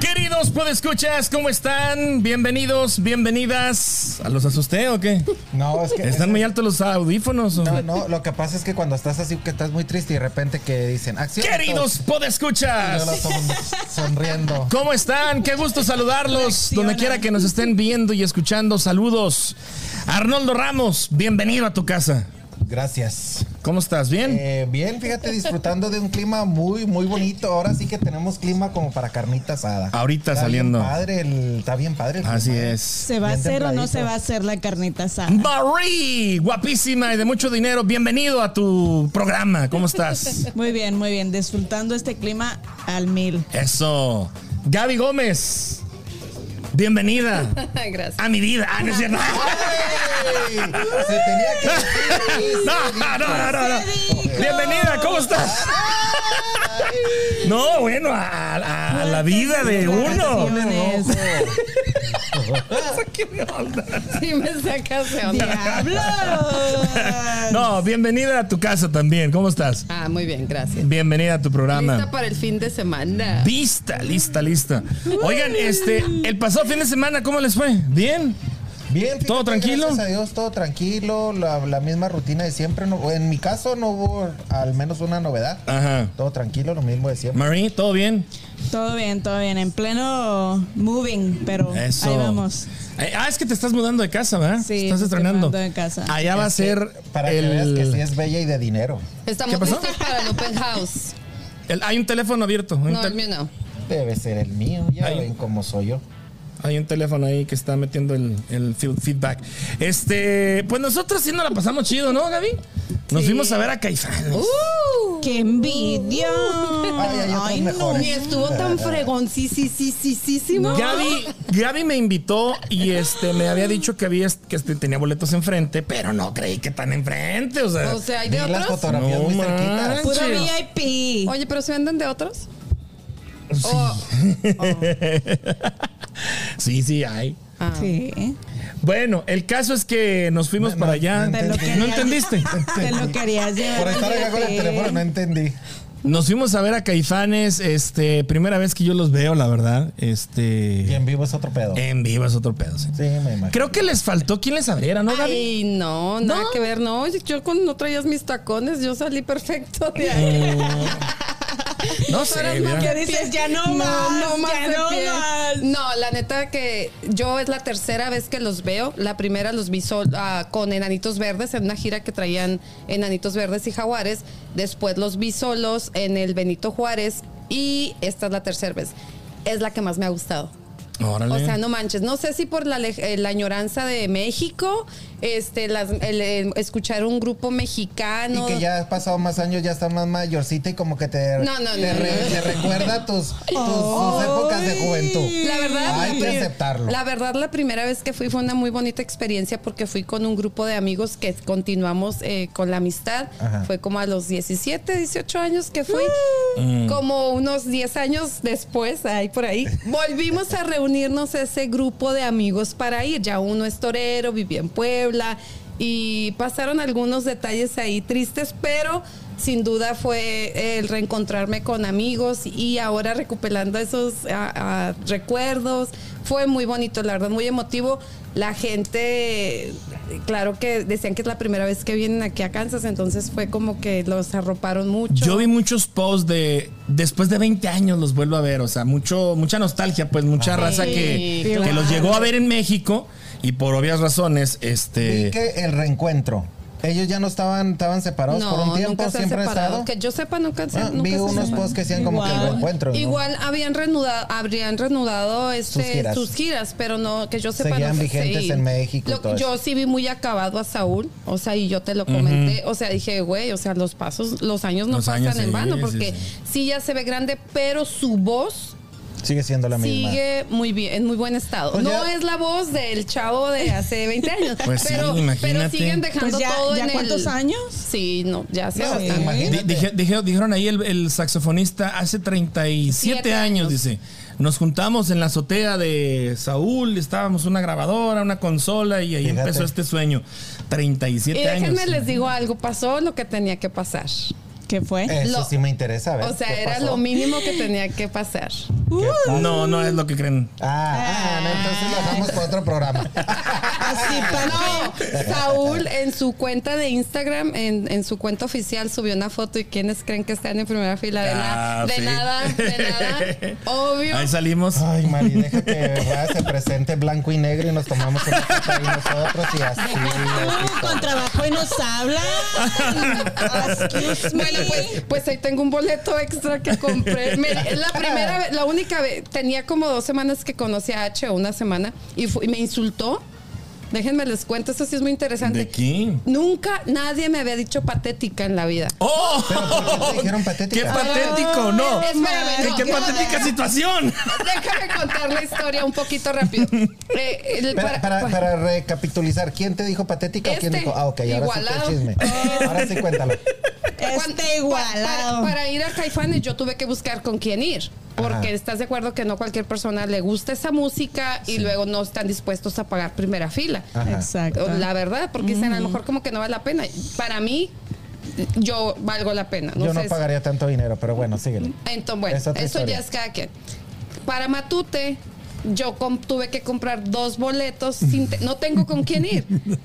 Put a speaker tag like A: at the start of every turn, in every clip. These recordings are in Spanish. A: Queridos escuchas, ¿cómo están? Bienvenidos, bienvenidas. ¿A ¿Los asusté o qué?
B: No, es que.
A: ¿Están muy altos los audífonos? o-
B: No, no, lo que pasa es que cuando estás así, que estás muy triste y de repente que dicen, acción.
A: Queridos
B: Yo lo
A: podescuchas,
B: son- sonriendo.
A: ¿cómo están? Qué gusto saludarlos. Donde quiera que nos estén viendo y escuchando, saludos. Arnoldo Ramos, bienvenido a tu casa.
B: Gracias.
A: ¿Cómo estás? ¿Bien?
B: Eh, bien, fíjate, disfrutando de un clima muy, muy bonito. Ahora sí que tenemos clima como para carnita asada.
A: Ahorita
B: Está bien
A: saliendo. Ah,
B: padre el- está bien padre el clima.
A: Así es.
C: ¿Se va a
B: Bien
C: hacer o no
B: templadito.
C: se va a hacer la carnita asada?
A: Marie, guapísima y de mucho dinero, bienvenido a tu programa. ¿Cómo estás?
C: Muy bien, muy bien. Disfrutando este clima al mil.
A: Eso. Gaby Gómez, bienvenida
D: Gracias.
A: a mi vida. Ah, no es cierto.
B: ¡Ey! Se tenía que decir.
A: No, no, no, no, no. Bienvenida, ¿cómo estás? No, bueno, a, a- a la vida de uno.
C: Vacaciones.
D: Sí, me sacas de onda.
C: ¡Diablo!
A: No, bienvenida a tu casa también. ¿Cómo estás?
D: Ah, muy bien, gracias.
A: Bienvenida a tu
D: Lista
A: programa.
D: para el fin de semana.
A: Lista, lista, lista. Oigan, este, el pasado fin de semana, ¿cómo les fue? ¿Bien?
B: Bien, fíjate,
A: ¿Todo tranquilo?
B: Gracias a Dios, todo tranquilo. La, la misma rutina de siempre. No, en mi caso no hubo al menos una novedad.
A: Ajá.
B: Todo tranquilo, lo mismo de siempre.
A: Marie, ¿todo bien?
C: Todo bien, todo bien. En pleno moving, pero
A: Eso.
C: ahí vamos.
A: Eh, Ah, es que te estás mudando de casa, ¿verdad?
C: Sí,
A: Estás
C: me estoy
A: estrenando.
C: mudando de casa.
A: Allá va a ser
B: Este, Para que veas
A: el,
B: que sí es bella y de dinero.
D: Estamos
A: ¿Qué pasó?
D: listos para el Open House.
A: el- Hay un teléfono abierto. hay un
D: No,
A: tel-
D: el mío no.
B: Debe ser el mío, ya
A: Ahí.
B: ven cómo soy yo.
A: Hay un teléfono ahí que está metiendo el, el feel- feedback. Este, pues nosotros sí nos la pasamos chido, ¿no, Gaby? Nos fuimos a ver a Caifanes. Uh.
C: ¡Qué envidia!
B: Ay, hay otros
C: Ay, no.
B: mejores.
D: Ni estuvo tan fregón. Sí, sí, sí, sí, sí, sí, no.
A: Gaby, Gaby me invitó y este me había dicho que había que este, tenía boletos enfrente, pero no creí que tan enfrente, o sea,
D: O sea, hay
B: Vi
D: de
B: las
D: otros.
B: fotografías
A: No
B: muy
A: man.
B: cerquitas.
C: Puro
A: Chido.
C: VIP.
D: Oye, pero se venden de otros.
A: sí, sí hay.
D: Ah.
C: Sí.
A: Bueno, el caso es que nos fuimos
B: No,
A: para
B: no,
A: allá.
B: no
C: Te lo
A: ¿No
C: querías-
A: entendiste?
C: Te lo querías llevar.
B: Por estar acá con el
C: Sí.
B: teléfono no entendí.
A: Nos fuimos a ver a Caifanes, este, primera vez que yo los veo, la verdad. Este.
B: Y en vivo es otro pedo.
A: En vivo es otro pedo, sí.
B: Sí, me imagino.
A: Creo que les faltó quien les abriera, ¿no, Gaby?
D: Ay, no, nada
A: ¿No?
D: que ver, no. Yo- Yo cuando no traías mis tacones, yo salí perfecto de ahí.
A: No sé,
D: Ahora
A: mira.
C: ¿Qué dices? Ya no
D: No,
C: más.
D: no más
C: ya
D: de
C: no
D: pie.
C: más.
D: No, la neta que yo es la tercera vez que los veo. La primera los vi sol- ah, con Enanitos Verdes en una gira que traían Enanitos Verdes y Jaguares. Después los vi solos en el Benito Juárez y esta es la tercera vez. Es la que más me ha gustado.
A: Órale.
D: O sea, no manches. No sé si por la, lej- eh, la añoranza de México, este, las- el, eh, escuchar un grupo mexicano.
B: Y que ya has pasado más años, ya estás más mayorcita y como que te,
D: No, no,
B: te,
D: no, no.
B: te recuerda tus, tus, tus épocas de juventud.
D: La verdad,
B: Hay
D: la
B: que
D: pri-
B: aceptarlo.
D: La verdad, la primera vez que fui fue una muy bonita experiencia porque fui con un grupo de amigos que continuamos eh, con la amistad.
B: Ajá.
D: Fue como a los 17, 18 años que fui.
B: Mm.
D: Como unos 10 años después, ahí por ahí, volvimos a reunirnos ese grupo de amigos para ir. Ya uno es torero, vivía en Puebla y pasaron algunos detalles ahí tristes, pero sin duda fue el reencontrarme con amigos y ahora recuperando esos ah, ah, recuerdos. Fue muy bonito, la verdad, muy emotivo. La gente, claro que decían que es la primera vez que vienen aquí a Kansas, entonces fue como que los arroparon mucho.
A: Yo vi muchos posts de después de 20 años los vuelvo a ver, o sea, mucho mucha nostalgia, pues mucha raza que,
D: Sí,
A: que
D: claro.
A: los llegó a ver en México y por obvias razones,
B: Vi
A: este
B: que el reencuentro. Ellos ya no estaban, estaban separados por un tiempo,
D: nunca se han
B: siempre han
D: separado.
B: estado.
D: Que yo sepa, nunca, se-
B: Ah,
D: nunca
B: vi
D: se
B: unos
D: separaron.
B: posts que hacían como que el
C: Igual.
B: reencuentro. ¿no?
D: Igual habían reanudado, habrían reanudado este,
B: Sus giras.
D: sus, giras. pero no, que yo sepa.
B: Seguían
D: no,
B: vigentes en México y
D: Lo-
B: todo
D: yo sí vi muy acabado a Saúl, o sea, y yo te lo comenté, o sea, dije, güey, o sea, los pasos, los años no
A: Los
D: pasan
A: años, sí,
D: en vano,
A: sí,
D: porque sí,
A: sí.
D: ya se ve grande, pero su voz
B: Sigue siendo la misma.
D: sigue muy bien, en muy buen estado.
B: Pues
D: no
B: ya-
D: es la voz del chavo de hace 20 años,
A: Pues sí,
D: pero, pero
A: imagínate.
D: siguen
C: Pues
D: dejando
C: ya-
D: todo
C: ¿ya
D: en el-
C: cuántos años?
D: Sí, no, ya se
A: Pues,
B: No,
D: bastante.
B: imagínate.
A: di- dije- dije- dijeron ahí el, el saxofonista hace 37
D: Siete
A: años,
D: años.
A: dice. Nos juntamos en la azotea de Saúl, estábamos una grabadora, una consola y ahí
B: Fíjate.
A: empezó este sueño. 37
D: Y déjenme
A: años.
D: les digo algo, pasó lo que tenía que pasar.
C: ¿Qué fue?
A: Eh,
B: Eso
D: Lo-
B: sí me interesa, a ver.
D: O sea,
B: ¿qué
D: era
B: pasó?
D: lo mínimo que tenía que pasar.
C: Uh,
A: No, no es lo que creen.
B: Ah, ah, no, entonces lo dejamos para otro programa.
D: Así No, Saúl en su cuenta de Instagram, en, en su cuenta oficial, subió una foto y quienes creen que están en primera fila de, na-
A: Ah,
D: de
A: sí.
D: nada, de nada, obvio.
A: Ahí salimos.
B: Ay, Mari, deja que vaya, se presente blanco y negro y nos tomamos una foto ahí nosotros y así.
C: uh, con trabajo y nos habla. Excuse me.
D: Bueno, pues, pues ahí tengo un boleto extra que compré. Me- la primera vez, la única vez, tenía como dos semanas que conocí a H o una semana y, fu- y me insultó. Déjenme les cuento, eso sí es muy interesante.
A: ¿De quién?
D: Nunca nadie me había dicho patética en la vida.
A: ¡Oh!
B: ¿por qué te dijeron patética? Ah,
A: ¡Qué patético! ¡No!
D: Eh, espérame,
A: ¿Qué,
D: no,
A: qué
D: no,
A: patética
D: deja-
A: situación!
D: Déjame contar la historia un poquito rápido. Eh, el-
B: Para, para, para recapitulizar, ¿quién te dijo patética o quién
D: Este,
B: dijo? Ah, ok, ahora
D: igualado. Oh.
B: sí fue chisme. Ahora sí cuéntalo.
D: Cuando-
C: Este
D: pa-
C: igualado.
D: Para, para ir a Caifanes yo tuve que buscar con quién ir. Porque
B: Ajá.
D: estás de acuerdo que no cualquier persona le gusta esa música y luego no están dispuestos a pagar primera fila.
B: Ajá.
C: Exacto.
D: La verdad, porque dicen a lo mejor como que no vale la pena. Para mí, yo valgo la pena. No
B: Yo
D: sé
B: no
D: si-
B: pagaría tanto dinero, pero bueno, síguele.
D: Entonces, bueno,
B: Es otra
D: eso
B: historia.
D: ya es cada quien. Para Matute, yo com- tuve que comprar dos boletos. sin te- no tengo con quién ir,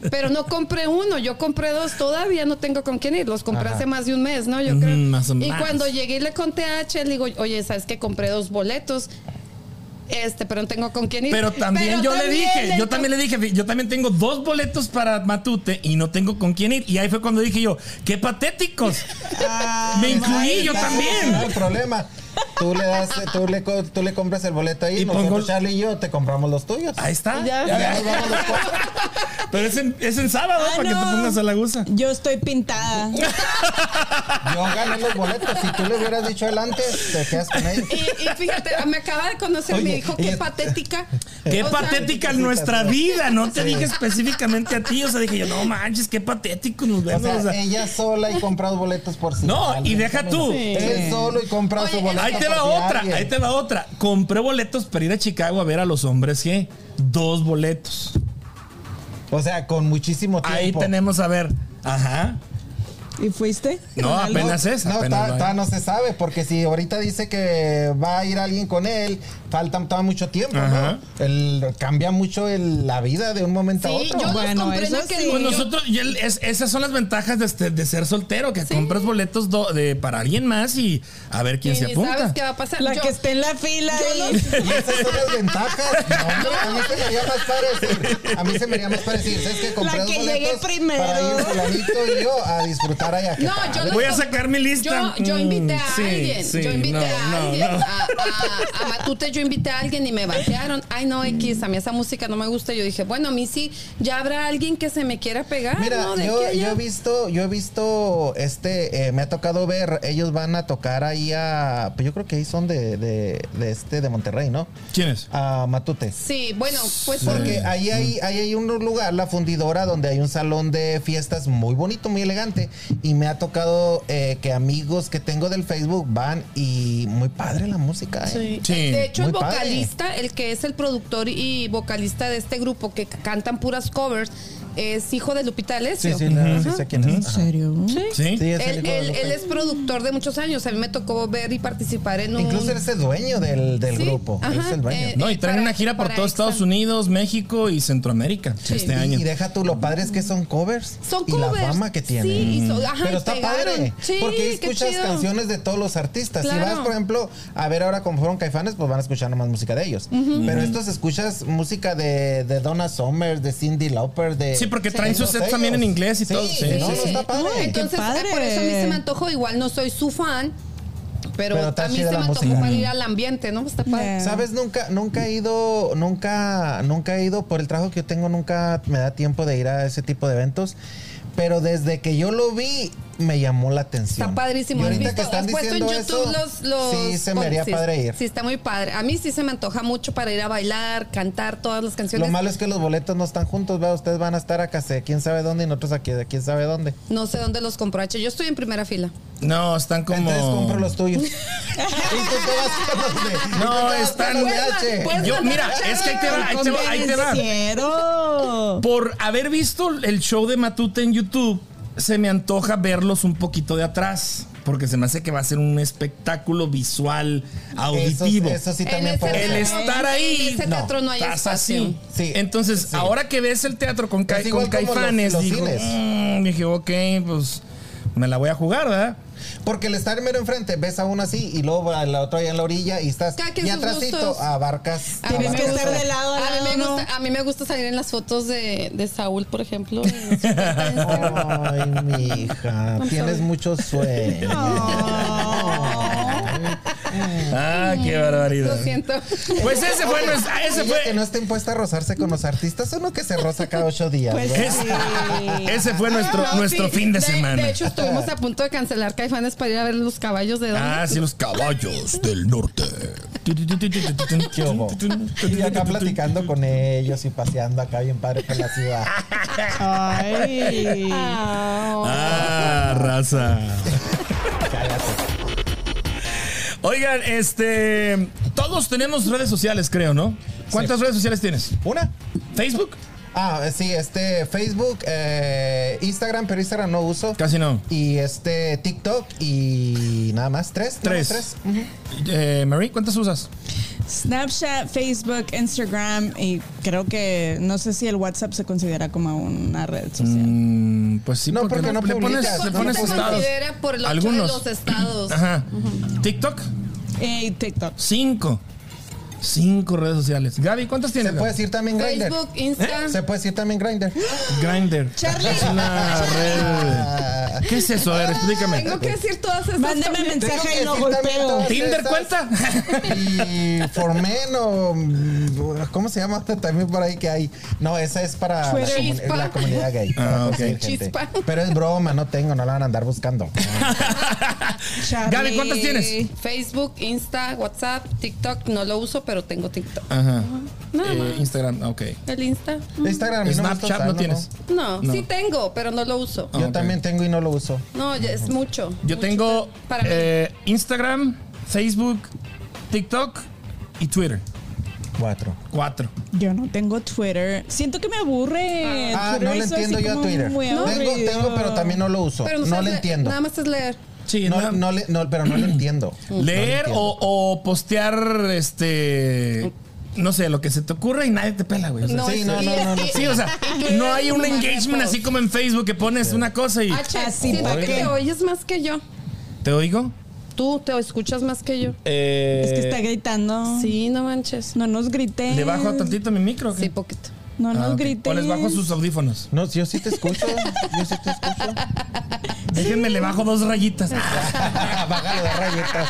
D: pero no compré uno, yo compré dos. Todavía no tengo con quién ir. Los compré
B: Ajá.
D: hace más de un mes, ¿no? Yo
A: Ujú,
D: creo.
A: más o
D: Y
A: menos.
D: cuando llegué y le conté a H, le digo, oye, ¿sabes que compré dos boletos? Este, pero no tengo con quién ir.
A: Pero también
D: Pero
A: yo le
D: también
A: dije, yo
D: encon-
A: también le dije, yo también tengo dos boletos para Matute y no tengo con quién ir. Y ahí fue cuando dije yo, qué patéticos. Me incluí yo
B: No hay
A: también.
B: problema. Tú le, das, tú le, co- tú le compras el boleto ahí,
A: Y
B: nosotros,
A: pongo-
B: Charlie y yo, te compramos los tuyos.
A: Ahí está.
B: Y ahí vamos los cuatro.
A: Pero es en, es en sábado
C: Ah,
A: para que
C: no.
A: te pongas a la gusa.
C: Yo estoy pintada.
B: Yo gané los boletos. Si tú le hubieras dicho él antes, te quedas con ellos.
D: Y, y fíjate, me acaba de conocer, me
B: Oye,
D: dijo,
B: y
D: qué
B: es-
D: patética.
A: Qué
D: O sea,
A: patética
B: sí,
A: nuestra
B: sí.
A: vida. No te dije específicamente a ti. O sea, dije yo, no manches, qué patético nos
B: O
A: vemos.
B: sea,
A: o sea.
B: ella sola y comprado boletos por sí.
A: No,
B: alguien
A: y deja tú.
B: también. Él solo y comprado su
D: Oye,
B: boleto.
A: Ahí te
B: por
A: va
B: si
A: otra,
B: alguien.
A: ahí te va otra. Compré boletos para ir a Chicago a ver a los hombres G. Dos boletos.
B: O sea, con muchísimo tiempo.
A: Ahí tenemos a ver. Ajá.
C: ¿Y fuiste?
A: No,
C: Ronaldo.
A: apenas es.
B: No,
A: apenas
B: ta-
A: va.
B: ta no se sabe, porque si ahorita dice que va a ir alguien con él, falta ta mucho tiempo,
A: Ajá.
B: ¿no? El, cambia mucho el- la vida de un momento
D: Sí,
B: a
D: yo
B: otro.
C: Bueno,
D: los compré en
C: eso
D: aquel
C: sí.
A: Pues
D: momento.
A: nosotros, y el- es- esas son las ventajas de, este- de ser soltero, que compras boletos do- de, para alguien más y a ver quién
D: Y
A: se
D: ni
A: apunta.
D: sabes qué va a pasar.
C: La
D: Yo-
C: que esté en la fila.
D: yo
C: y-
B: Y esas son las ventajas. No, hombre, a mí se me haría más padre decir. A mí se me haría más padre decir. ¿Sabes qué? Compré
C: La
B: dos
C: que llegué
B: boletos
C: primero.
B: para ir fulanito y yo a disfrutar allá.
D: No, yo los
A: Voy a
D: comp-
A: sacar mi lista.
D: Yo, yo invité a
A: Mm, sí,
D: alguien.
A: sí,
D: yo invité
A: no, no,
D: a alguien.
A: no.
D: A, a- a Matute yo invité a alguien y me batearon. Ay, no, X, a mí esa música no me gusta. Yo dije, bueno, a mí sí, ya habrá alguien que se me quiera pegar.
B: Mira,
D: ¿no? De
B: yo,
D: aquí a
B: yo
D: allá.
B: he visto, yo he visto, este, eh, me ha tocado ver, ellos van a tocar ahí a, pues yo creo que ahí son de, de, de este, de Monterrey, ¿no?
A: ¿Quién es?
B: A Matute.
D: Sí, bueno, pues
B: Porque
D: porque.
B: ahí hay, ahí hay un lugar, la fundidora, donde hay un salón de fiestas muy bonito, muy elegante. Y me ha tocado eh, que amigos que tengo del Facebook van y muy padre la música. ¿eh?
A: Sí,
D: de hecho, el
B: muy padre.
D: vocalista, el que es el productor y vocalista de este grupo que cantan puras covers, es hijo de Lupita
B: Sí,
D: Alessio.
B: sí, la- sí sé quién es.
A: Ujú.
B: Ajá.
C: ¿En serio?
A: Sí.
B: Sí, es el
D: Él,
B: hijo de
D: él-
B: Lupe.
D: él es productor de muchos años. A mí me tocó ver y participar en un.
B: Incluso él es el dueño del, del
D: Sí,
B: grupo. él es
D: ajá,
B: el dueño.
D: eh,
A: No, y traen
D: para-
A: una gira por
D: para
A: todo
D: Exa.
A: Estados Unidos, México y Centroamérica
D: Sí.
A: este
D: Y-
A: año.
B: Y deja tú, lo padre es que son covers.
D: Son
B: y
D: covers.
B: la fama que tienen.
D: Sí, y so- ajá,
B: Pero
D: y
B: está
D: pegaron.
B: padre.
D: Sí,
B: porque ahí
D: qué
B: escuchas
D: chido.
B: canciones de todos los artistas. Si
D: Claro.
B: vas, por ejemplo, a ver ahora como fueron caifanes, pues van a escuchar nomás música de ellos. Pero estos escuchas música de, de Donna Summers, de Cindy Lauper, de.
A: Sí, porque traen sus
B: todos
A: sets también en inglés y todo, sí,
B: no,
A: sí,
B: no,
A: sí.
B: está padre.
C: Ay, qué
D: Entonces, eh,
C: padre.
D: por eso a mí se me antojó. Igual no soy su fan, pero,
B: Pero está
D: a mí
B: chida
D: se
B: la
D: me antojó
B: música.
D: para ir al ambiente, ¿no? Está padre.
C: Yeah.
B: ¿Sabes? Nunca, nunca he ido, nunca, nunca he ido por el trabajo que yo tengo, nunca me da tiempo de ir a ese tipo de eventos. Pero desde que yo lo vi, me llamó la atención.
D: Está
B: Y
D: padrísimo. ¿Has
B: ahorita
D: visto?
B: que están
D: ¿Has puesto en
B: diciendo
D: YouTube
B: eso,
D: los, los-
B: sí, se me
D: con-
B: haría
D: sí,
B: padre ir.
D: Sí, está muy padre. A mí sí se me antoja mucho para ir a bailar, cantar todas las
B: Lo
D: canciones.
B: malo es que los boletos no están juntos, ¿verdad? Ustedes van a estar acá, sé quién sabe dónde, y nosotros aquí, de quién sabe dónde.
D: No sé dónde los compró H. Yo estoy en primera fila.
A: No, están como.
B: Entonces compro los tuyos. ¿Y tú te vas con los de- y tú
A: No,
B: te vas con
A: están-
B: los de H.
D: Pues-
A: Yo, mira, es que ahí te va, ahí te va, ahí te va.
C: Convenenciero.
A: Por haber visto el show de Matute en YouTube, se me antoja verlos un poquito de atrás. porque se me hace que va a ser un espectáculo visual,
B: Eso,
A: auditivo.
B: eso sí
D: En
B: también
D: ese
B: por
A: El
D: teatro-
A: estar ahí.
D: En ese
B: No,
D: teatro no hay
A: Estás
D: espacio.
A: así.
B: Sí.
A: Entonces,
B: Sí.
A: ahora que ves el teatro con, Ca-
B: Es
A: con
B: igual como los-
A: Caifanes,
B: los
A: digo,
B: cines.
A: "Mm", dije, ok, pues me la voy a jugar, ¿verdad?
B: Porque el estar mero enfrente, ves a uno así y luego a la otra allá en la orilla y estás
D: Cada quien
B: y
D: sus
B: atrásito
D: gustos.
B: abarcas.
C: Tienes que
B: abarcas
C: estar
B: todo.
C: de lado a
D: A mí, me
C: lado, ¿no?
D: gusta, a mí me gusta salir en las fotos de, de Saúl, por ejemplo. en las cuentas de Instagram.
B: Ay, mija, tienes mucho sueño.
A: Ah, qué barbaridad.
D: Lo siento.
A: Pues ese fue nuestro. ah, Ese
B: Ella que
A: fue.
B: no está impuesta a rozarse con los artistas, uno que se roza cada ocho días.
C: Pues
B: ¿verdad?
A: es-
C: sí.
A: Ese fue nuestro,
D: No,
A: nuestro
D: sí,
A: fin de, semana.
D: De hecho, estuvimos a punto de cancelar Caifanes para ir a ver los caballos de Donna.
A: Ah, sí, los caballos del norte.
B: ¿Qué hubo? Y acá platicando con ellos y paseando acá bien padre por la ciudad.
C: Ay.
A: Ah, raza. Oigan, este. Todos tenemos redes sociales, creo, ¿no? ¿Cuántas redes sociales tienes?
B: Una.
A: ¿Facebook?
B: Ah, sí, este Facebook, eh, Instagram, pero Instagram no uso.
A: Casi no.
B: Y este TikTok y nada más, tres. nada más
A: Tres.
B: Ujú.
A: Eh, Mary, ¿cuántas usas?
C: Snapchat, Facebook, Instagram y creo que no sé si el WhatsApp se considera como una red social.
A: Mm, pues sí,
B: No, porque no
A: le pones,
B: publicas,
A: le
B: no
A: pones
D: se
B: publicas.
A: estados.
D: considera por el ocho
A: Algunos.
D: de los estados.
A: Ajá. TikTok,
C: Y Eh, TikTok.
A: cinco. Cinco redes sociales. Gaby, ¿cuántas
B: Se
A: tienes?
B: puede decir también Grinder.
D: Facebook,
A: Eh,
D: Instagram.
B: Se puede decir también Grinder.
A: Grinder.
C: Charlie.
A: Es una red.
B: Ah.
A: ¿Qué es eso? A ver, explícame.
D: Tengo que decir todas esas.
C: Mándeme
D: también.
C: mensaje y lo
B: Tengo que decir también
C: golpeo.
B: todo.
A: ¿Tinder cuenta?
B: Y Formen o mm, ¿cómo se llama? También por ahí que hay. No, esa es para la,
C: Twitter.
B: comu-
D: Chispa.
B: la comunidad gay.
A: Ah,
B: Para
A: ok.
B: conseguir gente.
D: Chispa.
B: Pero es broma, no tengo, no la van a andar buscando.
C: Charlie.
A: Gaby, ¿cuántas tienes?
D: Eh, Facebook, Insta, WhatsApp, TikTok. No lo uso, pero tengo TikTok.
A: Ajá.
D: Nada
A: Eh,
D: más.
A: Instagram, ok.
D: ¿El Insta?
B: Instagram a mí no me gusta
A: Snapchat no
B: usarlo,
A: tienes.
D: No,
A: No.
D: sí tengo, pero no lo uso.
A: Ah,
B: Yo
A: ok.
B: también tengo y no lo uso.
D: No, ya es mucho.
A: Yo
D: mucho
A: tengo
D: Para mí.
A: eh, Instagram, Facebook, TikTok y Twitter.
B: Cuatro.
A: Cuatro.
C: Yo no tengo Twitter. Siento que me aburre.
B: Ah,
C: Twitter
B: no le
C: hizo Eh, así
B: entiendo yo a
C: como
B: Twitter.
C: muy
B: Tengo,
C: aburrido.
B: tengo, pero también no lo uso.
D: Pero
B: No
D: sabes
B: le
D: leer,
B: entiendo.
D: Nada más es leer.
A: Sí,
B: No,
A: nada-
B: no le- no, pero no lo entiendo.
A: Leer o, o postear, este, no sé, lo que se te ocurre y nadie te pela, güey. O sea,
D: No,
B: sí,
D: es-
B: no, no, no, no.
A: Sí, o sea, no hay un engagement así como en Facebook que pones una cosa y...
D: H,
C: Así,
D: siento
C: ¿para
D: que
C: qué?
D: te oyes más que yo.
A: ¿Te oigo?
D: Tú te escuchas más que yo.
B: Eh,
C: Es que está gritando.
D: Sí, no manches.
C: No nos griten.
A: ¿Le bajo tantito mi micro? o qué?
D: Sí, poquito.
C: No
A: Ah,
C: nos
A: ok.
C: griten.
A: O les bajo sus audífonos.
B: No, yo sí te escucho. Yo sí te escucho.
A: Déjenme, le bajo dos rayitas.
B: Bájale de rayitas.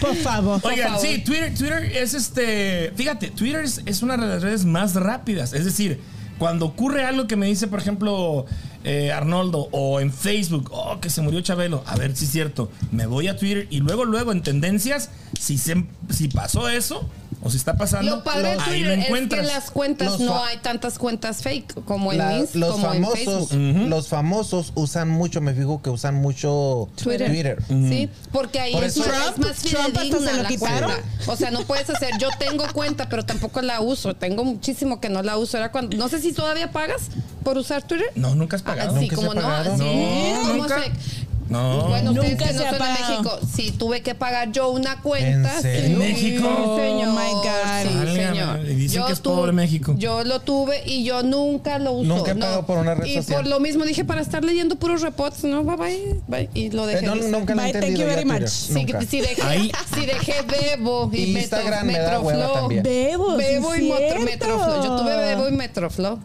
C: Por favor.
A: Oigan,
D: favor.
A: sí, Twitter, Twitter es este. Fíjate, Twitter es, es una de las redes más rápidas. Es decir, cuando ocurre algo que me dice, por ejemplo, eh, Arnoldo, o en Facebook, oh, que se murió Chabelo. A ver si es cierto. Me voy a Twitter y luego, luego en tendencias, si, se, si pasó eso o si está pasando,
D: Lo padre de
A: ahí
D: Twitter
A: lo
D: es que
A: encuentras.
D: las cuentas
B: Los
D: no
B: fa-
D: hay tantas cuentas fake como en,
B: La-
D: Inst-
B: los
D: Pues, como en
B: famosos,
D: Facebook.
B: los famosos usan mucho, me fijo que usan mucho Twitter.
D: Twitter. Sí, porque ahí
B: Por
D: es,
B: eso-
D: más- es más
C: Trump- Trump hasta
D: fidedigna
C: se lo
D: la
C: quitaron.
D: cuenta. O sea, no puedes hacer, yo tengo cuenta, pero tampoco la uso. Tengo muchísimo que no la uso. Era cuando, no sé si todavía pagas por usar Twitter.
A: No, nunca has
D: Ah,
A: pagado.
D: sí,
B: Nunca se
D: como
B: ha
D: no,
B: pagado.
D: así,
A: No,
D: como
A: nunca.
D: se-
A: No.
B: Oh.
D: Bueno, ustedes
C: Nunca
D: que no
C: se ha
D: son de
C: pagado.
D: México, sí tuve que pagar yo una cuenta.
B: ¿En
D: sí,
B: serio? ¿En
A: México?
D: señor,
C: Oh my God.
D: sí,
A: Válgame,
D: señor.
A: y dicen que es pobre México.
D: Yo lo tuve y yo nunca lo uso.
B: Nunca he
D: no.
B: pagado por una red
D: Y
B: social.
D: por lo mismo dije, para estar leyendo puros reports, no, bye bye. bye, y lo
B: Eh,
D: dejé.
B: no,
D: de usar.
B: nunca lo he
C: Bye, thank
B: entendido
C: you
B: yo
C: very
B: Twitter,
C: much.
D: Si,
B: nunca.
D: si dejé,
A: Ahí-
D: si dejé Bebo y Metro-
B: Instagram me da
D: Metroflow.
B: hueva también.
C: Bebo, sí
D: Bebo y Motro-
C: cierto.
D: Metroflow. Yo tuve Bebo y Metroflow.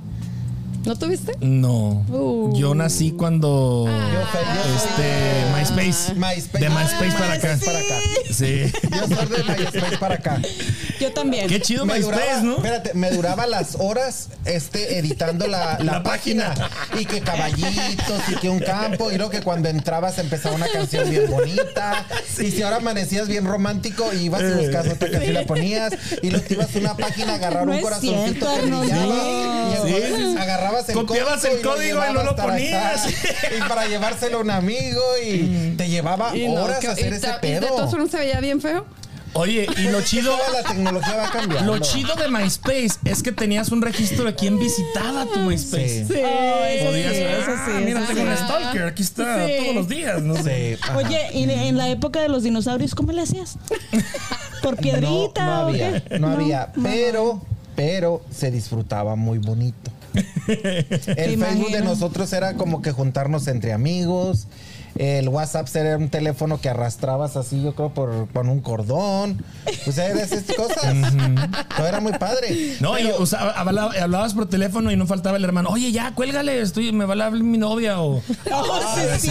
D: ¿No tuviste?
A: No.
D: Uh.
A: Yo nací cuando.
B: Yo soy- yo soy-
A: Este, MySpace.
B: Ah. MySpace. Ah,
A: De MySpace para acá.
B: MySpace para acá.
A: Sí.
B: Yo soy de MySpace para acá.
C: Yo también.
A: Qué chido
B: Me duraba,
A: MySpace, ¿no?
B: espérate, me duraba las horas este, editando la, la
A: La página.
B: página. Y que caballitos y que un campo. Y lo que cuando entrabas empezaba una canción bien bonita. Y si ahora amanecías bien romántico, ibas
A: Eh.
B: y buscabas otra canción y la ponías. Y luego te ibas a una página a agarrar
C: No
B: un
C: es
B: corazoncito
C: cierto,
B: que
C: Arnoldo.
B: brillaba,
C: Sí.
B: y entonces
A: Sí, sí, sí.
B: agarrabas el
A: Copiabas
B: código.
A: el código y no
B: llevabas
A: lo
B: para acá,
A: ponías. Mm.
B: Y para llevárselo a un amigo. Y te llevaba
D: Y no,
B: horas
D: que-
B: hacer
D: y
B: ese
D: ta- y de
B: pedo.
D: todas formas se veía bien feo.
A: Oye, y lo chido.
B: Toda la tecnología va cambiando.
A: Lo chido de MySpace es que tenías un registro de quién visitaba tu MySpace.
B: Sí.
C: Sí, eso sí,
A: Podías,
C: eso
A: ah,
C: sí,
A: mira,
C: eso
A: tengo un
C: sí.
A: stalker, aquí está
C: Sí.
A: todos los días. No sé.
B: Sí, ajá.
C: Oye, ¿y de- en la época de los dinosaurios cómo le hacías? ¿Por piedrita
B: no, no
C: o
B: había,
C: qué?
B: no había, pero, pero se disfrutaba muy bonito. El Facebook de
C: imaginas?
B: nosotros era como que juntarnos entre amigos. El WhatsApp era un teléfono que arrastrabas así, yo creo, por, con un cordón. O sea, de esas cosas. Todo era muy padre.
A: No, y usaba- habla- hablabas por teléfono y no faltaba el hermano. Oye, ya, cuélgale, estoy, me va a hablar mi novia o.
C: Oh, sí, es
B: Ah, sí,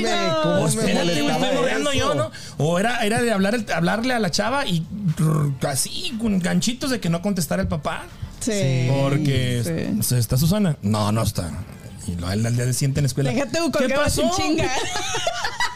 C: cierto.
B: hombre, ¿cómo?
A: O
B: me
A: espérate, güey,
B: molestaba
A: estoy borreando
B: eso.
A: yo, ¿no? O era, era de hablar, el- hablarle a la chava y rrr, así, con ganchitos de que no contestara el papá.
C: Sí.
A: Porque
C: sí.
A: se- está Susana. No, no está. Y lo, al, al día siguiente en la escuela.
C: Déjate un
A: ¿Qué
C: colgado
A: pasó?
C: sin chinga.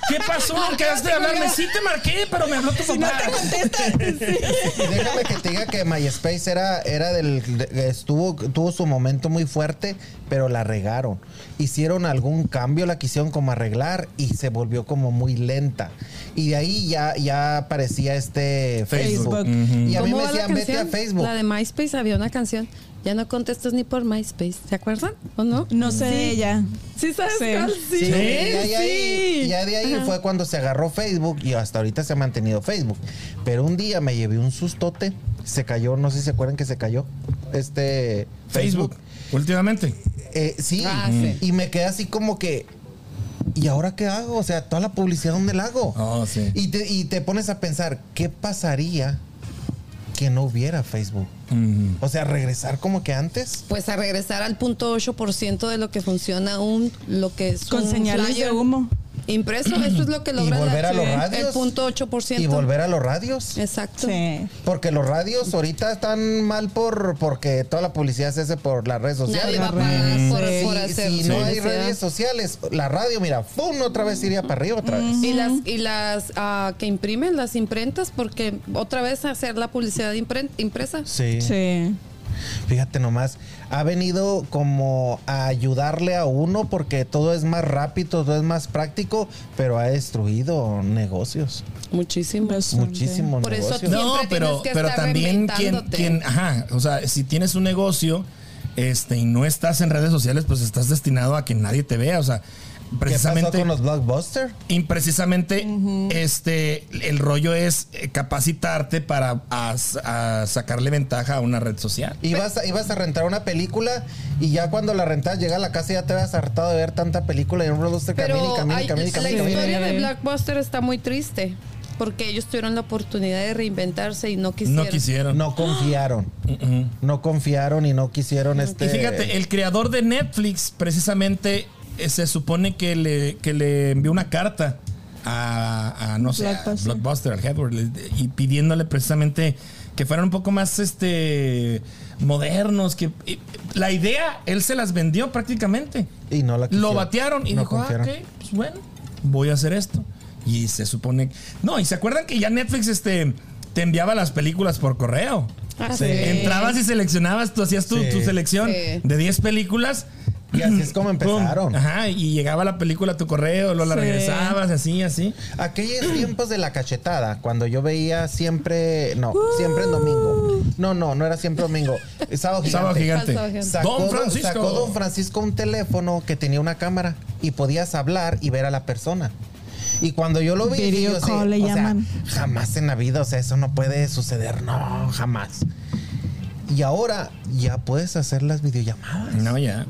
A: ¿Qué pasó? Quedaste de hablarme. Sí te marqué, pero me habló tu
C: Si no
A: papá.
C: te contestas. sí.
B: Y déjame que te diga que MySpace era, era del de- estuvo tuvo su momento muy fuerte, pero la regaron. Hicieron algún cambio, la quisieron como arreglar y se volvió como muy lenta. Y de ahí ya ya aparecía este Facebook.
A: Facebook.
B: Y a mí
D: ¿Cómo
B: me
D: va la
B: decían, "Vete a
D: canción?
B: Facebook."
D: La de MySpace había una canción. Ya no contestas ni por MySpace. ¿Se acuerdan o no?
C: No sé de ella.
D: ¿Sí sabes
C: Sí.
D: cuál? Sí.
B: Y ya, de ahí,
D: sí.
B: ya de ahí fue cuando se agarró Facebook y hasta ahorita se ha mantenido Facebook. Pero un día me llevé un sustote, se cayó, no sé si se acuerdan que se cayó este
A: Facebook. Últimamente.
B: Eh, sí,
D: Ah, sí.
B: y me quedé así como que, ¿y ahora qué hago? O sea, toda la publicidad, ¿dónde la hago?
A: Oh, sí.
B: y, te, y te pones a pensar, ¿qué pasaría que no hubiera Facebook? O sea, regresar como que antes.
D: Pues a regresar al punto 8% de lo que funciona un, lo que es
C: Con
D: un
C: señales
D: flyer
C: de humo.
D: Impreso, eso es lo que logra
B: y volver
D: la-
B: a los
D: sí,
B: radios.
D: El punto 8%.
B: Y volver a los radios.
D: Exacto.
C: Sí.
B: Porque los radios ahorita están mal por porque toda la publicidad se hace por las redes
D: Nadie
B: sociales.
D: va a pagar por,
C: Sí,
D: por
B: si,
D: hacer
B: si no hay
D: publicidad.
B: redes sociales, la radio, mira, ¡pum! otra vez iría para arriba otra vez.
D: Y las, y las ah, que imprimen, las imprentas, porque otra vez hacer la publicidad impren- impresa.
C: Sí.
B: Fíjate nomás, ha venido como a ayudarle a uno porque todo es más rápido, todo es más práctico, pero ha destruido negocios,
D: Muchísimo.
C: Bastante.
B: muchísimos
D: Por eso
B: negocios.
D: Siempre
A: No,
D: tienes
A: pero,
D: que
A: pero
D: estar
A: también quien,
D: reinventándote.
A: quien, ajá, o sea, si tienes un negocio este, y no estás en redes sociales, pues estás destinado a que nadie te vea, o sea,
B: ¿Qué pasó
A: precisamente...
B: con los blockbusters?
A: Y precisamente este, el rollo es eh, capacitarte para a- a sacarle ventaja a una red social.
B: Ibas a, ibas a rentar una película y ya cuando la rentas llega a la casa y ya te habías hartado de ver tanta película y un blockbuster camina y
D: Pero
B: camina
D: hay-
B: y camina y camina. y
D: la
B: camina.
D: historia
C: camina.
D: de Blockbuster está muy triste, porque ellos tuvieron la oportunidad de reinventarse y no quisieron.
A: No quisieron.
B: No confiaron, no confiaron y no quisieron este...
A: Y fíjate, el creador de Netflix precisamente eh, se supone que le, que le envió una carta a, a, no sé, a
C: Blockbuster.
A: Blockbuster, al Headward, y pidiéndole precisamente que fueran un poco más este modernos, que y- la idea él se las vendió prácticamente.
B: Y no la
A: Lo
B: quisieron.
A: batearon y
B: No
A: dijo,
B: confiaron.
A: ah, ok, pues bueno, voy a hacer esto. Y se supone... No, y se acuerdan que ya Netflix este, te enviaba las películas por correo.
D: Ah,
B: Sí.
D: sí.
A: Entrabas y seleccionabas, tú hacías tu,
B: Sí.
A: tu selección
D: Sí.
A: de 10 películas.
B: Y así es como
A: Pum.
B: empezaron.
A: Ajá, y llegaba la película a tu correo, luego la
C: Sí.
A: regresabas, así, así.
B: Aquellos tiempos de la cachetada, cuando yo veía siempre, no, siempre en domingo. No, no, no era siempre domingo. Sábado gigante.
A: Sábado gigante.
D: Sábado gigante.
B: Sacó
A: Don
B: don,
A: Francisco.
B: Francisco. sacó don Francisco un teléfono que tenía una cámara y podías hablar y ver a la persona. Y cuando yo lo vi, dije,
C: Video
B: yo sé,
C: call le
B: o sea,
C: llaman.
B: jamás en la vida, o sea, eso no puede suceder, no, jamás. Y ahora ya puedes hacer las videollamadas.
A: No, ya.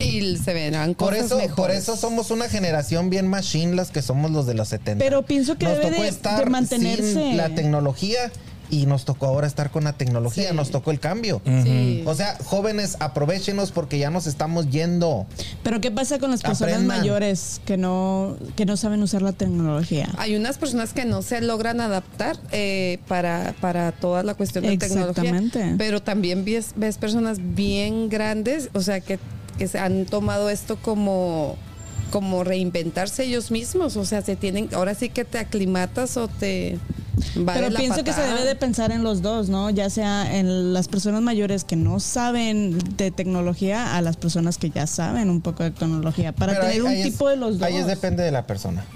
D: Y se verán
B: Por
D: cosas
B: eso, por
D: mejores.
B: eso somos una generación bien machine las que somos los de los 70.
C: Pero pienso que debe de- de mantenerse.
B: sin la tecnología y nos tocó ahora estar con la tecnología,
D: Sí.
B: nos tocó el cambio.
D: Sí.
B: O sea, jóvenes, aprovechenos porque ya nos estamos yendo.
C: Pero ¿qué pasa con las personas
B: Aprendan.
C: mayores que no que no saben usar la tecnología?
D: Hay unas personas que no se logran adaptar eh, para, para toda la cuestión de
C: Exactamente.
D: tecnología. Pero también ves, ves personas bien grandes, o sea, que, que se han tomado esto como como reinventarse ellos mismos, o sea, se tienen, ahora sí que te aclimatas o te vale
C: Pero
D: la
C: pienso que se
D: patada.
C: debe de pensar en los dos, ¿no? Ya sea en las personas mayores que no saben de tecnología a las personas que ya saben un poco de tecnología para
B: Pero
C: tener
B: ahí-
C: un
B: ahí es-
C: tipo de los dos.
B: Ahí es depende de la persona.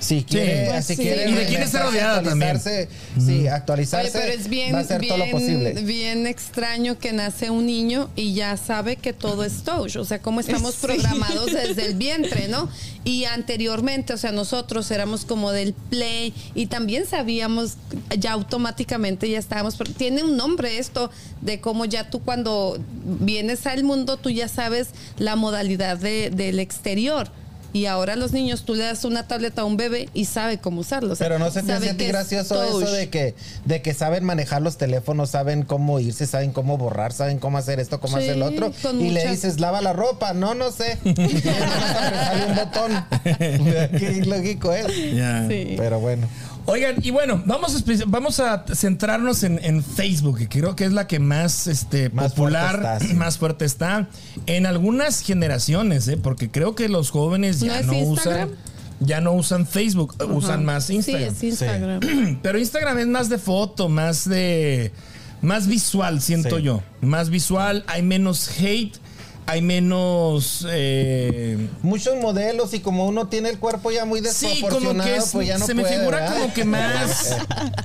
B: Si quiere,
A: Pues
B: si
C: sí.
B: quiere
A: Y de quién está
B: regresarse,
A: rodeada también.
B: actualizarse, Sí, actualizarse.
D: Oye, pero es bien,
B: va a hacer todo lo
D: bien-
B: posible.
D: bien extraño que nace un niño y ya sabe que todo es touch. O sea, cómo estamos
C: Sí.
D: programados desde el vientre, ¿no? Y anteriormente, o sea, nosotros éramos como del play y también sabíamos, ya automáticamente ya estábamos. pero tiene un nombre esto de cómo ya tú cuando vienes al mundo, tú ya sabes la modalidad de- del exterior. Y ahora los niños, tú le das una tableta a un bebé y sabe cómo usarlo. o sea,
B: Pero no se te
D: sabe
B: hace a ti
D: que es
B: gracioso eso
D: touch.
B: de que, de que saben manejar los teléfonos, saben cómo irse, saben cómo borrar, saben cómo hacer esto, cómo
D: Sí,
B: hacer lo otro. Y
D: con
B: le
D: mucha-
B: dices, lava la ropa. No, no sé. Y le vas a apretarle un botón. Qué lógico es.
A: Ya.
D: Sí.
B: Pero bueno.
A: Oigan, y bueno, vamos a, espe- vamos a centrarnos en, en Facebook, que creo que es la que más este,
B: Más
A: popular,
B: fuerte está, sí.
A: más fuerte está. En algunas generaciones, ¿eh? porque creo que los jóvenes ya
D: ¿No
A: no,
D: es
A: usan.
D: Instagram?
A: Ya no usan Facebook, usan más Instagram.
D: Ah. Sí, es Instagram.
A: Pero Instagram es más de foto, más de. Más visual, siento
B: Sí.
A: yo. Más visual, hay menos hate, hay menos. eh,
B: Muchos modelos y como uno tiene el cuerpo ya muy
A: Sí, como
B: desproporcionado,
A: que es-
B: pues ya no
A: se me
B: puede,
A: figura
B: ¿verdad?
A: como que más,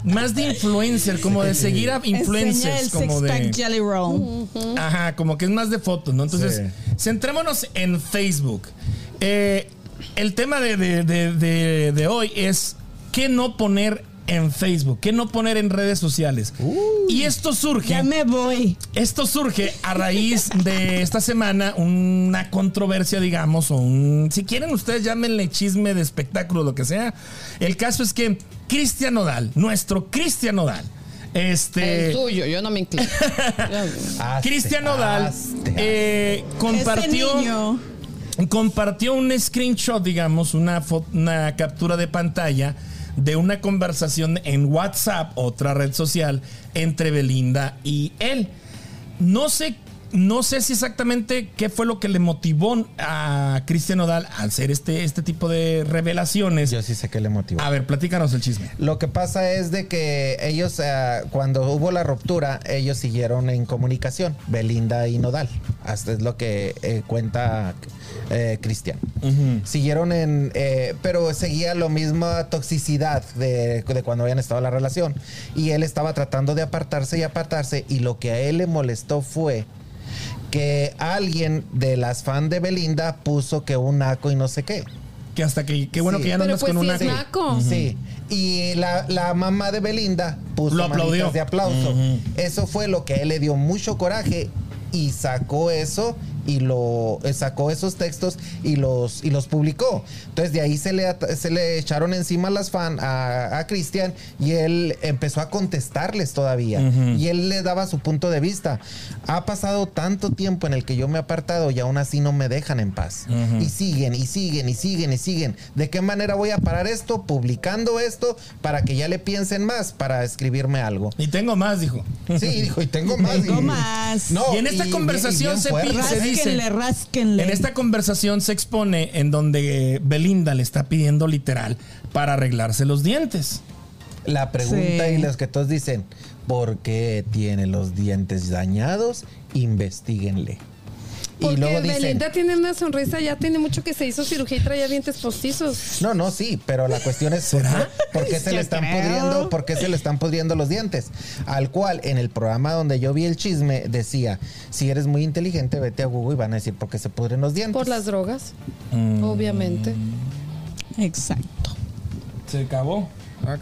A: más de influencer, como de seguir a
C: Enseña el
A: influencers, como
C: six-pack
A: de,
C: jelly roll.
A: ajá, como que es más de fotos, ¿no? Entonces,
B: Sí.
A: centrémonos en Facebook. Eh, el tema de, de- de- de- de hoy es qué no poner en Facebook, qué no poner en redes sociales. Y esto surge.
C: Ya me voy.
A: Esto surge a raíz de esta semana, una controversia, digamos, o un. Si quieren, ustedes llámenle chisme de espectáculo, lo que sea. El caso es que Cristian Nodal, nuestro Cristian Nodal, este.
D: El tuyo, yo no me inclino.
B: Hazte,
A: Cristian Nodal
B: hazte,
A: eh, compartió.
C: Ese niño.
A: compartió un screenshot, digamos, una, fo- una captura de pantalla de una conversación en WhatsApp, otra red social, entre Belinda y él. No sé, no sé si exactamente qué fue lo que le motivó a Cristian Odal a hacer este, este tipo de revelaciones.
B: Yo sí sé que le motivó.
A: A ver, platícanos el chisme.
B: Lo que pasa es de que ellos, eh, cuando hubo la ruptura, ellos siguieron en comunicación, Belinda y Nodal. Hasta es lo que eh, cuenta eh, Cristian. Siguieron en, eh, pero seguía lo misma toxicidad de, de cuando habían estado en la relación. Y él estaba tratando de apartarse y apartarse. Y lo que a él le molestó fue que alguien de las fan de Belinda puso que un naco y no sé qué.
A: Que hasta que, qué bueno
B: Sí.
A: que ya no
D: Pero
A: andas
D: pues
A: con
D: sí
A: una.
D: es naco. Naco.
B: Sí. Y la, la mamá de Belinda puso
A: Lo
B: manitas
A: aplaudió.
B: de aplauso.
A: Ujú.
B: Eso fue lo que a él le dio mucho coraje y sacó eso y lo eh, sacó esos textos y los y los publicó. Entonces de ahí se le at- se le echaron encima las fan a, a Cristian y él empezó a contestarles todavía y él le daba su punto de vista. Ha pasado tanto tiempo en el que yo me he apartado y aún así no me dejan en paz. Y siguen y siguen y siguen y siguen. ¿De qué manera voy a parar esto publicando esto para que ya le piensen más para escribirme algo?
A: Y tengo más, dijo.
B: Sí, dijo, y tengo más.
C: Tengo
B: y-
C: más.
A: Y en esta conversación
B: bien
A: se
B: fuerte.
A: pide- se dice-
C: Rásquenle, rásquenle.
A: En esta conversación se expone en donde eh, Belinda le está pidiendo literal para arreglarse los dientes.
B: La pregunta
C: Sí.
B: y los que todos dicen, ¿por qué tiene los dientes dañados? Investíguenle.
D: Porque
B: y luego dicen,
D: Belinda tiene una sonrisa, ya tiene mucho que se hizo cirugía y traía dientes postizos.
B: no, no, sí, pero la cuestión es ¿por qué- por qué se
C: Yo
B: le están
C: creo.
B: pudriendo, por qué se le están pudriendo los dientes? Al cual en el programa donde yo vi el chisme decía, si eres muy inteligente, vete a Google y van a decir por qué se pudren los dientes.
D: Por las drogas,
A: Mm.
D: obviamente.
C: Exacto.
A: Se acabó. Ah,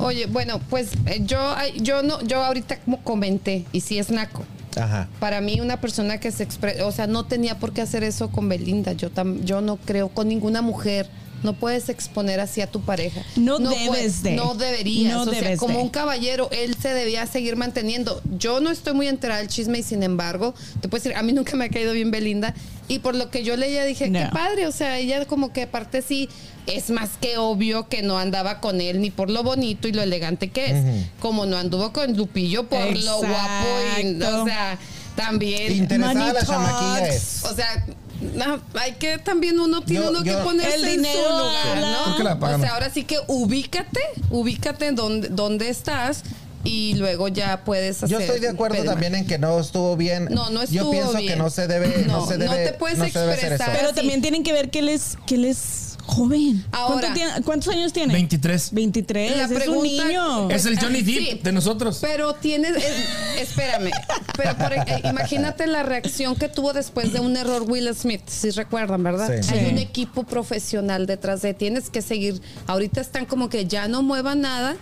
D: Oye, bueno, pues eh, yo, ay, yo no, yo ahorita como comenté, y sí es naco.
B: Ajá.
D: Para mí, una persona que se expresa, o sea, no tenía por qué hacer eso con Belinda. Yo, tam- yo no creo con ninguna mujer. No puedes exponer así a tu pareja.
C: No debes de.
D: No deberías.
C: No
D: o sea,
C: debes
D: como
C: de.
D: un caballero, él se debía seguir manteniendo. Yo no estoy muy enterada del chisme y sin embargo, te puedo decir, a mí nunca me ha caído bien Belinda. Y por lo que yo leía dije,
C: No.
D: qué padre. O sea, ella como que aparte sí, es más que obvio que no andaba con él ni por lo bonito y lo elegante que es. Como no anduvo con Lupillo por lo guapo y,
C: Exacto.
D: o sea, también.
B: Interesada
C: Money
B: la chamaquilla
C: talks.
B: es.
D: O sea, na- hay que también uno tiene
B: Yo-
D: uno
B: yo-
D: que ponerse
C: El
D: en su
C: dinero
D: lugar,
C: habla.
A: ¿Por qué la
D: ¿no?
A: pagan?
D: O sea, ahora sí que ubícate, ubícate en donde, donde estás y luego ya puedes hacer.
B: Yo estoy de acuerdo
D: pero-
B: también en que no estuvo bien.
D: No,
B: Yo
D: no estuvo
B: pienso
D: bien.
B: que no se debe, no,
D: No,
B: se
D: no
B: debe,
D: te puedes
B: no se debe hacer eso.
D: expresar.
C: Pero
D: sí.
C: también tienen que ver que él es, que él es joven.
D: Ahora-
C: ¿Cuánto tiene- ¿Cuántos años tiene?
A: 23.
C: 23.
D: La
C: es un
D: pregunta-
C: niño.
A: Es el Johnny
D: Ah,
A: Depp
D: sí.
A: de nosotros.
D: Pero tienes, es- espérame, pero por- eh, imagínate la reacción que tuvo después de un error Will Smith, si recuerdan, ¿verdad?
B: Sí.
D: Hay
C: Sí.
D: un equipo profesional detrás de, tienes que seguir, ahorita están como que ya no muevan nada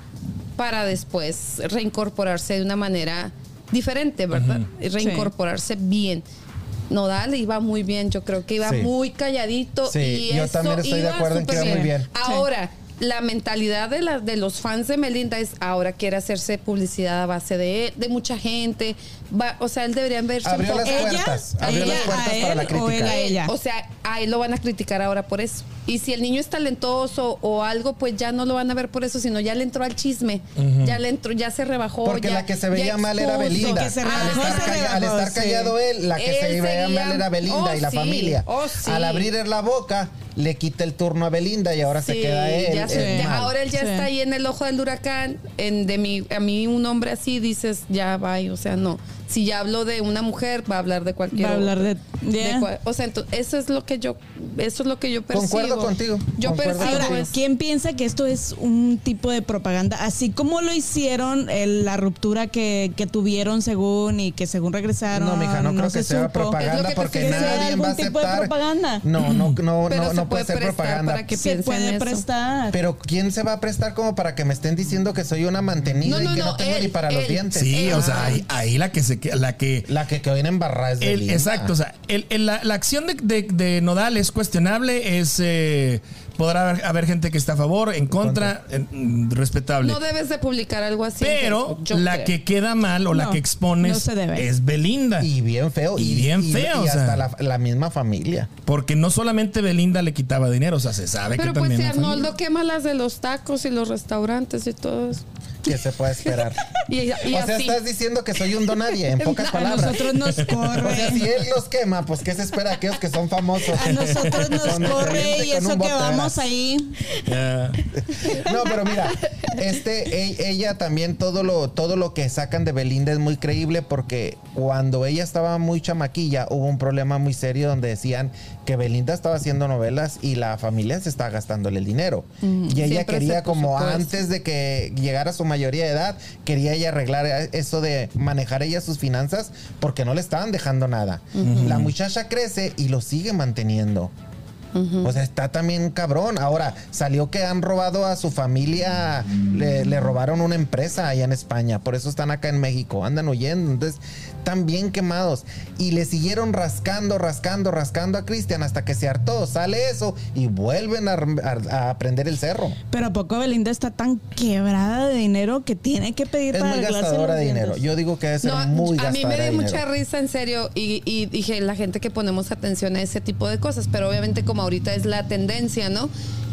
D: para después reincorporarse de una manera diferente, ¿verdad? Y Reincorporarse bien. Nodal iba muy bien, yo creo que iba
B: Sí.
D: muy calladito.
B: Sí,
D: y
B: yo
D: eso
B: también estoy de
D: iba
B: acuerdo en que iba
D: súper
B: muy bien.
C: Sí.
D: Ahora, la mentalidad de, la- de los fans de Melinda es ahora quiere hacerse publicidad a base de, de mucha gente. Va- o sea, él deberían verse
B: Abrió
D: un
B: las
D: poco.
C: ¿Ella?
B: puertas. Abrió
C: ¿Ella
B: las puertas
C: a
B: para la
C: él o él
B: crítica.
C: a ella?
D: O sea, a él lo van a criticar ahora por eso. Y si el niño es talentoso o algo, pues ya no lo van a ver por eso, sino ya le entró al chisme. Ya le entró, ya se rebajó.
B: Porque
D: ya-
B: la que se
D: ya
B: veía mal era
D: expuso.
B: Belinda.
C: Que se
B: al,
C: rebajó,
B: estar
C: se
B: calla- al
C: rebajó,
B: estar
C: sí.
B: callado él, la que
D: Él
B: se veía
D: seguía-
B: mal era Belinda
D: Oh,
B: y la
D: sí,
B: familia.
D: oh, sí.
B: Al abrir la boca, le quita el turno a Belinda y ahora se
D: Sí,
B: queda él.
D: ya se-
B: el
D: ya-
B: mal.
D: ahora él ya
C: Sí.
D: está ahí en el ojo del huracán. En, de mi, a mí un hombre así dices, ya va, o sea, no. Si ya hablo de una mujer, va a hablar de cualquier
C: Va a hablar de- ya.
D: cual- o sea, entonces, eso es lo que yo eso es lo que yo percibo.
B: Concuerdo contigo,
D: Yo
B: concuerdo
D: percibo
C: Ahora,
D: eso.
C: ¿quién piensa que esto es un tipo de propaganda? Así como lo hicieron el- la ruptura que, que tuvieron según y que según regresaron.
B: No, mija, no, creo que
C: se
B: sea
C: supo.
D: Es lo
B: propaganda
D: que te
B: porque
D: estoy diciendo.
B: nadie
C: ¿Algún
B: va a
C: tipo de
B: aceptar.
C: propaganda?
B: No, no, no,
D: Pero
B: no,
D: se
B: no
D: puede
B: puede ser
D: prestar
B: propaganda.
D: para que-
C: Se
D: piensa en
C: puede
D: eso.
C: prestar.
B: Pero ¿quién se va a prestar como para que me estén diciendo que soy una mantenida
D: No, no,
B: y que no,
D: no,
B: tengo
D: él,
B: ni para los
D: él.
B: dientes?
A: Sí,
D: Ah.
A: o sea, ahí, ahí la que se que- la que
B: La que quedó en embarrada es
A: el-
B: Belinda.
A: exacto, o sea, el- el- la, la acción de, de- de Nodal es cuestionable, es eh, podrá haber, haber gente que está a favor, en contra, en- mm, respetable.
D: No debes de publicar algo así. en
A: pero
D: Facebook, yo
A: la
D: creo.
A: que queda mal o la
C: No,
A: que expones
C: no se debe.
A: es Belinda.
B: Y bien feo.
A: Y bien feo,
B: Y
A: o sea.
B: hasta la, la misma familia.
A: Porque no solamente Belinda le quitaba dinero, o sea, se sabe
D: Pero
A: que
D: pues
A: también.
D: si
A: la familia.
D: Arnoldo quema las de los tacos y los restaurantes y todo eso.
B: ¿Qué se puede esperar?
D: Y, y
B: o sea,
D: así.
B: estás diciendo que soy un donadie, en pocas
D: A
C: a
B: palabras.
C: nosotros nos
B: O sea, si
C: corre.
B: él los quema, pues ¿qué se espera a aquellos que son famosos?
D: Ah,
C: A nosotros
B: Con
C: nos corre
B: corriente,
C: y
B: con
C: eso
B: un
C: que
B: bote de
C: vamos
B: veras.
C: ahí.
A: Ya.
B: No, pero mira, este, e- ella también todo lo, todo lo que sacan de Belinda es muy creíble porque cuando ella estaba muy chamaquilla hubo un problema muy serio donde decían que Belinda estaba haciendo novelas y la familia se estaba gastándole el dinero. Y ella
D: Siempre se
B: quería
D: puso
B: como
D: todo eso.
B: antes de que llegara a su mayoría de edad, quería ella arreglar eh, eso de manejar ella sus finanzas porque no le estaban dejando nada. La muchacha crece y lo sigue manteniendo. O sea, está también cabrón. Ahora, salió que han robado a su familia, le, le robaron una empresa allá en España, por eso están acá en México, andan huyendo, entonces están bien quemados. Y le siguieron rascando, rascando, rascando a Cristian hasta que se hartó, sale eso y vuelven a, a- a prender el cerro.
C: Pero ¿a poco Belinda está tan quebrada de dinero que tiene que pedir
B: Es
C: para
B: muy
C: arreglarse
B: gastadora
C: los
B: de dinero.
C: dientes?
B: Yo digo que es
D: No,
B: muy
D: a mí
B: gastadora
D: me
B: de
D: dio
B: dinero.
D: mucha risa, en serio, y, y dije, la gente que ponemos atención a ese tipo de cosas, pero obviamente como ahorita es la tendencia, ¿no?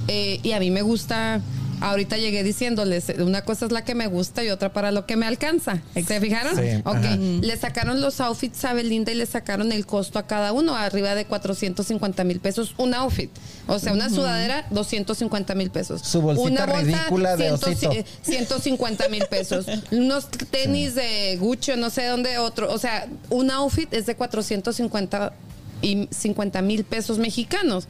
D: Eh, y a mí me gusta, ahorita llegué diciéndoles, una cosa es la que me gusta y otra para lo que me alcanza. ¿Se fijaron?
B: Sí,
D: ok,
B: ajá.
D: le sacaron los outfits a Belinda y le sacaron el costo a cada uno, arriba de 450 mil pesos un outfit. O sea, una sudadera, 250 mil pesos.
B: Su bolsita
D: una
B: ridícula de
D: 100,
B: osito.
D: eh, 150 mil pesos. Unos tenis de Gucci, o no sé dónde otro. O sea, un outfit es de 450 y 50 mil pesos mexicanos.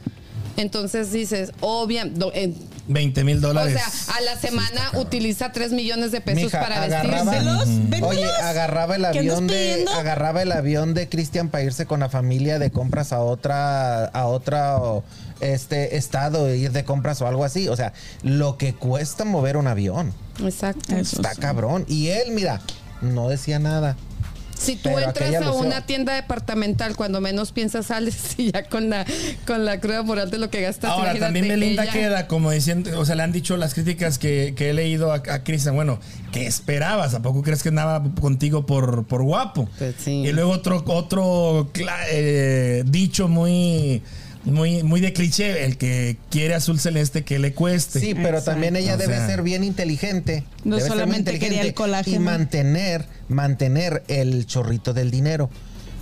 D: Entonces dices, obviamente,
A: 20 mil
D: o
A: dólares.
D: sea, ah, a la semana utiliza 3 millones de pesos
B: Mija,
D: para vestirse.
B: agarraba,
C: Véndelos, véndelos.
B: oye, agarraba el
C: ¿Qué andas
B: avión de,
C: pidiendo?
B: agarraba el avión de Cristian para irse con la familia de compras a otra, a otra o, este estado, ir de compras o algo así. O sea, lo que cuesta mover un avión.
D: Exacto.
C: Eso
B: Está
C: sí.
B: cabrón. Y él, mira, no decía nada.
D: Si tú
B: Pero
D: entras
B: aquella
D: a
B: alusión.
D: una tienda departamental, cuando menos piensas sales y ya con la, con la cruda moral de lo que gastas.
A: Ahora,
D: imagínate
A: también Belinda
D: ella.
A: queda como diciendo, o sea, le han dicho las críticas que, que he leído a, a Cristian, bueno, ¿qué esperabas? ¿A poco crees que andaba contigo por, por guapo?
D: Pues sí.
A: Y luego otro, otro cla- eh, dicho muy, muy, muy de cliché, el que quiere azul celeste que le cueste.
B: Sí, pero
C: este. Exacto.
B: también ella
A: O
B: debe
A: sea.
B: ser bien inteligente.
C: No
B: Debe ser muy
C: solamente quería
B: inteligente
C: el colágeno.
B: Y mantener, mantener el chorrito del dinero.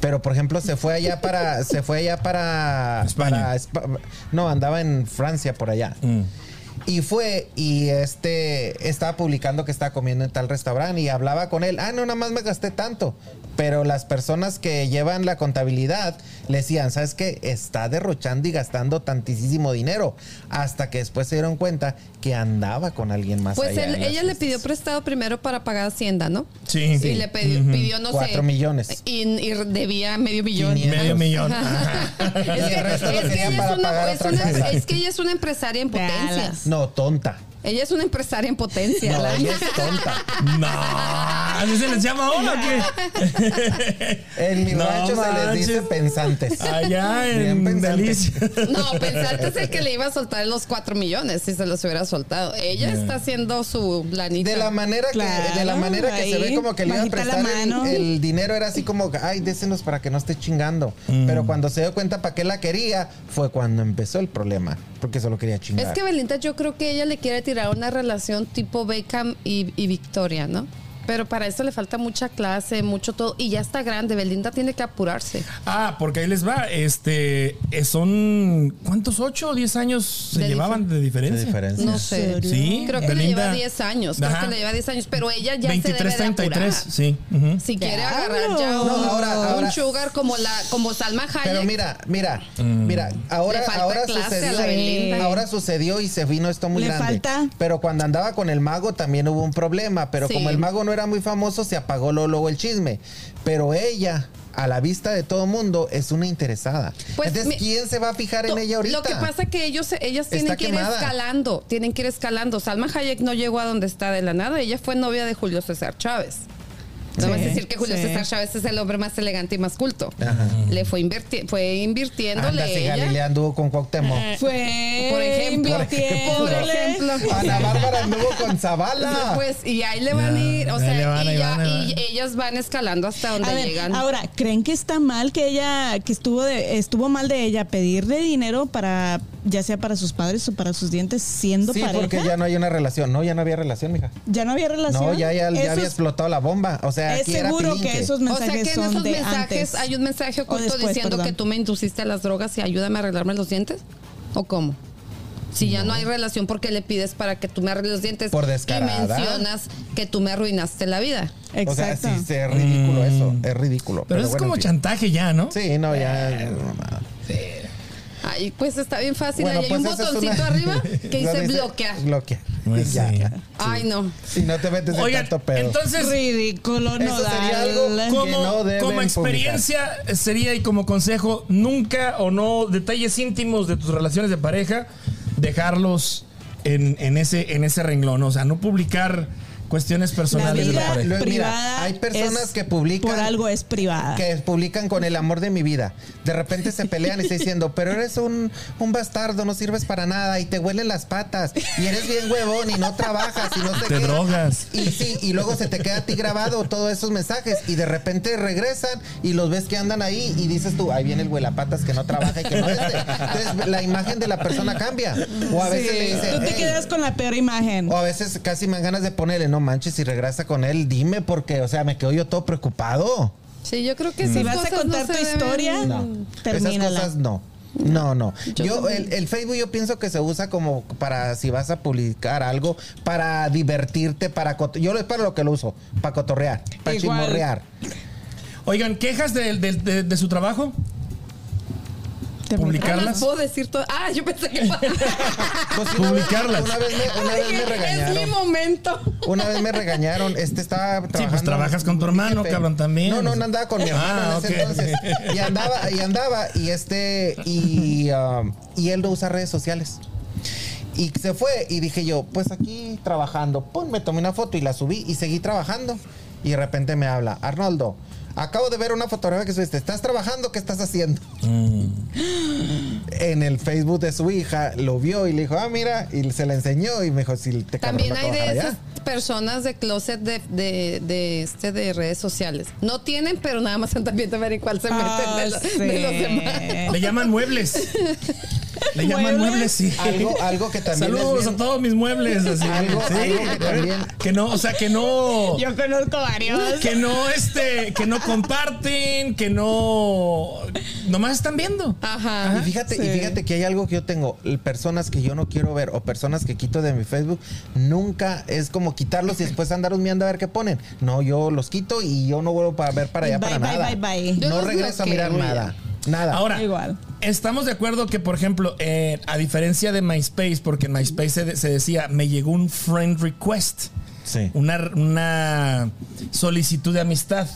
B: Pero por ejemplo se fue allá para, se fue allá para
A: España.
B: para Espa- no, andaba en Francia por allá.
A: Mm.
B: Y fue y este estaba publicando que estaba comiendo en tal restaurante y hablaba con él. Ah, no, nada más me gasté tanto. Pero las personas que llevan la contabilidad le decían, ¿sabes qué? Está derrochando y gastando tantísimo dinero. Hasta que después se dieron cuenta que andaba con alguien más.
D: Pues
B: allá
D: él-
B: en las
D: ella le
B: fiestas.
D: pidió prestado primero para pagar Hacienda, ¿no?
A: Sí.
D: Y le pidió, pidió no sé.
B: Cuatro millones.
D: Y, y debía medio millón.
B: Quinientos.
A: Medio millón.
D: es, que,
B: Y el resto lo
D: es que
B: quería
D: ella
B: para
D: es, una,
B: pagar
D: es
B: otra
D: una-
B: casa.
D: es que ella es una empresaria en potencia.
C: Dallas.
B: No, tonta.
D: Ella es una empresaria en potencia.
B: No,
D: la-
B: ella es tonta.
A: No, ¿así se les llama ahora o qué?
B: En mi
A: No
B: rancho se les dice
A: manches.
B: pensantes.
A: Allá
B: Bien
A: en
B: pensante.
A: Delicia.
D: No, pensante es el que le iba a soltar los 4 millones si se los hubiera soltado. Ella está haciendo su planita.
B: De la manera que,
C: Claro,
B: de la manera que se ve
C: ahí,
B: como que le iban a
C: bajita la
B: prestar el-
C: mano.
B: el, dinero era así como, ay, désenos para que no esté chingando. Pero cuando se dio cuenta para qué la quería, fue cuando empezó el problema, porque solo quería chingar.
D: Es que Belinda, yo creo que ella le quiere tirar una relación tipo Beckham y, y Victoria, ¿no? Pero para eso le falta mucha clase, mucho todo. Y ya está grande. Belinda tiene que apurarse.
A: Ah, porque ahí les va. Este, eh, son ¿cuántos? ¿Ocho o diez años se
D: De
A: llevaban de
B: Qué
A: diferencia?
B: diferencia.
D: No sé.
A: Sí,
D: Creo que
A: Belinda-
D: le lleva 10 años. Creo
A: Ajá.
D: que le lleva 10 años. Pero ella ya se
A: 23,
D: debe de apurar.
A: 33, sí. ujú.
D: Si quiere
C: Diablo.
D: agarrar ya un,
B: No, ahora-
D: un
B: ahora-
D: sugar como, la, como Salma Hayek.
B: Pero mira, mira, mira, ahora,
D: Le falta
B: ahora
D: clase a la
B: sucedió,
D: Belinda.
B: ahora sucedió y se vino esto muy
C: Le
B: grande.
C: falta.
B: Pero cuando andaba con el mago también hubo un problema, pero
D: Sí.
B: como el mago no era muy famoso se apagó lo- luego el chisme. Pero ella, a la vista de todo mundo, es una interesada.
D: Pues,
B: Entonces,
D: mi-
B: ¿quién se va a fijar en
D: To-
B: ella ahorita?
D: Lo que pasa que ellos, ellas
B: Está
D: tienen que
B: quemada.
D: ir escalando, tienen que ir escalando. Salma Hayek no llegó a donde está de la nada, ella fue novia de Julio César Chávez. No
C: Sí,
D: vas a decir que Julio
C: sí.
D: César Chávez es el hombre más elegante y más culto.
B: Ajá.
D: Le fue, invirti- fue
B: Anda, si
D: invirtiéndole ella. Eh.
B: Galilea anduvo con Cuauhtémoc.
C: Fue.
D: Por ejemplo, por ejemplo.
B: Ana Bárbara anduvo con Zavala.
D: Pues, y ahí le van a ir, o
A: ahí le
D: sea,
A: van,
D: y
A: ahí
D: ya-
A: van, ahí
D: y
A: van.
D: ellas van escalando hasta donde
C: A ver,
D: llegan.
C: ahora, ¿creen que está mal que ella, que estuvo de, estuvo mal de ella pedirle dinero para, ya sea para sus padres o para sus dientes, siendo
B: sí,
C: pareja?
B: porque ya no hay una relación. No, ya no había relación, mija.
C: ¿Ya no había relación.
B: No, ya, ya, ya había
C: Esos-
B: explotado la bomba. O sea,
C: Es
B: aquí era
C: seguro que
B: pilinque.
C: esos
D: o sea
C: mensajes
D: que en
C: son
D: esos
C: de
D: mensajes
C: antes.
D: hay un mensaje oculto
C: después,
D: diciendo
C: perdón.
D: que tú me induciste a las drogas y ayúdame a arreglarme los dientes. ¿O cómo? Si ya no hay relación, ¿por qué le pides para que tú me arregles los dientes?
B: Por
D: y
B: descarada.
D: mencionas que tú me arruinaste la vida.
B: O sea,
C: Exacto.
B: sí, sí, es ridículo eso. Es ridículo.
A: Mm. Pero, es
B: bueno,
A: como
B: en fin.
A: chantaje ya, ¿no?
B: Sí, no, ya.
D: Eh.
B: ya, mamada.
D: Ay, pues está bien fácil.
B: Bueno,
D: ahí
B: pues
D: hay un
B: esa es
D: botoncito
B: una-
D: arriba que
B: Lo
D: dice bloquear.
B: Bloquear.
A: Pues
B: Y ya.
A: sí.
D: Ay, no.
B: Si no te metes
A: Oigan,
B: en tanto pedo.
A: entonces
C: Ridículo, no
B: Eso sería algo
C: darle.
B: que
A: como,
B: no deben
A: como experiencia sería y como consejo, nunca o no detalles íntimos de tus relaciones de pareja, dejarlos en, en ese, en ese renglón. O sea, no publicar cuestiones
C: La
A: personales de la
C: vida
A: pareja.
B: Mira,
C: privada.
B: hay personas
C: es-
B: que publican-
C: Por algo es privada.
B: que publican con el amor de mi vida. De repente se pelean y está diciendo, pero eres un, un bastardo, no sirves para nada y te huelen las patas y eres bien huevón y no trabajas y no sé
A: Te
B: qué.
A: drogas.
B: Y sí, y luego se te queda a ti grabado todos esos mensajes y de repente regresan y los ves que andan ahí y dices tú, ahí viene el huelapatas que no trabaja y que no este. Entonces la imagen de la persona cambia. O a veces
C: Sí.
B: le dicen,
C: Tú te
B: "Hey,
C: quedas con la peor imagen.
B: o a veces casi me dan ganas de ponerle, no manches, y regresa con él, dime porque, o sea, me quedo yo todo preocupado.
D: Sí, yo creo que
C: Si
D: esas
C: vas a
D: cosas
C: contar
D: no
C: tu
D: se deben- Ah,
C: historia,
B: No.
C: termínala.
B: Esas cosas no. No, no.
D: Mm, Yo
B: Yo,
D: también.
B: el, el Facebook yo pienso que se usa como para si vas a publicar algo, para divertirte, para cot- yo es para lo que lo uso, para cotorrear, para
C: Igual.
B: chimorrear.
A: Oigan, quejas del- del- de- de su trabajo.
C: Te-
A: publicar-
D: Ah, no
A: Carlas.
D: puedo decir todo. Ah, yo pensé que.
B: Pues, una vez-
A: Publicarlas.
B: Una vez, me, una vez me
D: es mi
B: regañaron.
D: momento.
B: Una vez me regañaron, este estaba trabajando.
A: pues trabajas con tu hermano,
B: Jefe.
A: cabrón, también.
B: No, no, no andaba con mi hermano
A: Ah,
B: en ese
A: ok.
B: entonces. Y andaba, y andaba, y este, y, um, y él no usa redes sociales. Y se fue, y dije yo, pues aquí trabajando, pum, me tomé una foto y la subí y seguí trabajando. Y de repente me habla, Arnoldo, acabo de ver una fotografía que subiste, ¿estás trabajando? ¿Qué estás haciendo?
A: Mm.
B: En el Facebook de su hija, lo vio y le dijo, ah, mira, y se la enseñó y me dijo, si te cabrón,
D: También
B: no te vas
D: hay
B: a
D: de
B: trabajar
D: esas
B: allá".
D: personas de closet de, de, de, este, de redes sociales. No tienen, pero nada más andan viendo a ver en cuál se meten
C: Ah,
D: de, lo-
C: sí.
D: de los demás.
A: Le llaman muebles. Le llaman
C: ¿Muebles?
A: muebles, sí.
B: Algo, algo que también es
A: Saludos
B: bien-
A: a todos mis muebles. así.
B: Algo-
A: Sí,
B: algo que también-
A: que no, o sea, que no.
C: Yo conozco varios.
A: Que no, este, que no comparten, que no. Nomás están viendo.
D: Ajá.
B: Ah, Y fíjate, y
C: sí.
B: fíjate que hay algo que yo tengo, l- personas que yo no quiero ver o personas que quito de mi Facebook, nunca es como quitarlos y después andar husmeando a ver qué ponen. No, yo los quito y yo no vuelvo para ver para allá
C: Bye,
B: para
C: bye,
B: nada.
C: bye, bye.
D: Yo
B: No
D: los
B: regreso a
D: bloqueo.
B: mirar nada. Nada.
A: Ahora,
C: Igual.
A: estamos de acuerdo que, por ejemplo, eh, a diferencia de MySpace, porque en MySpace se, de- se decía, me llegó un friend request,
B: Sí.
A: una, una solicitud de amistad.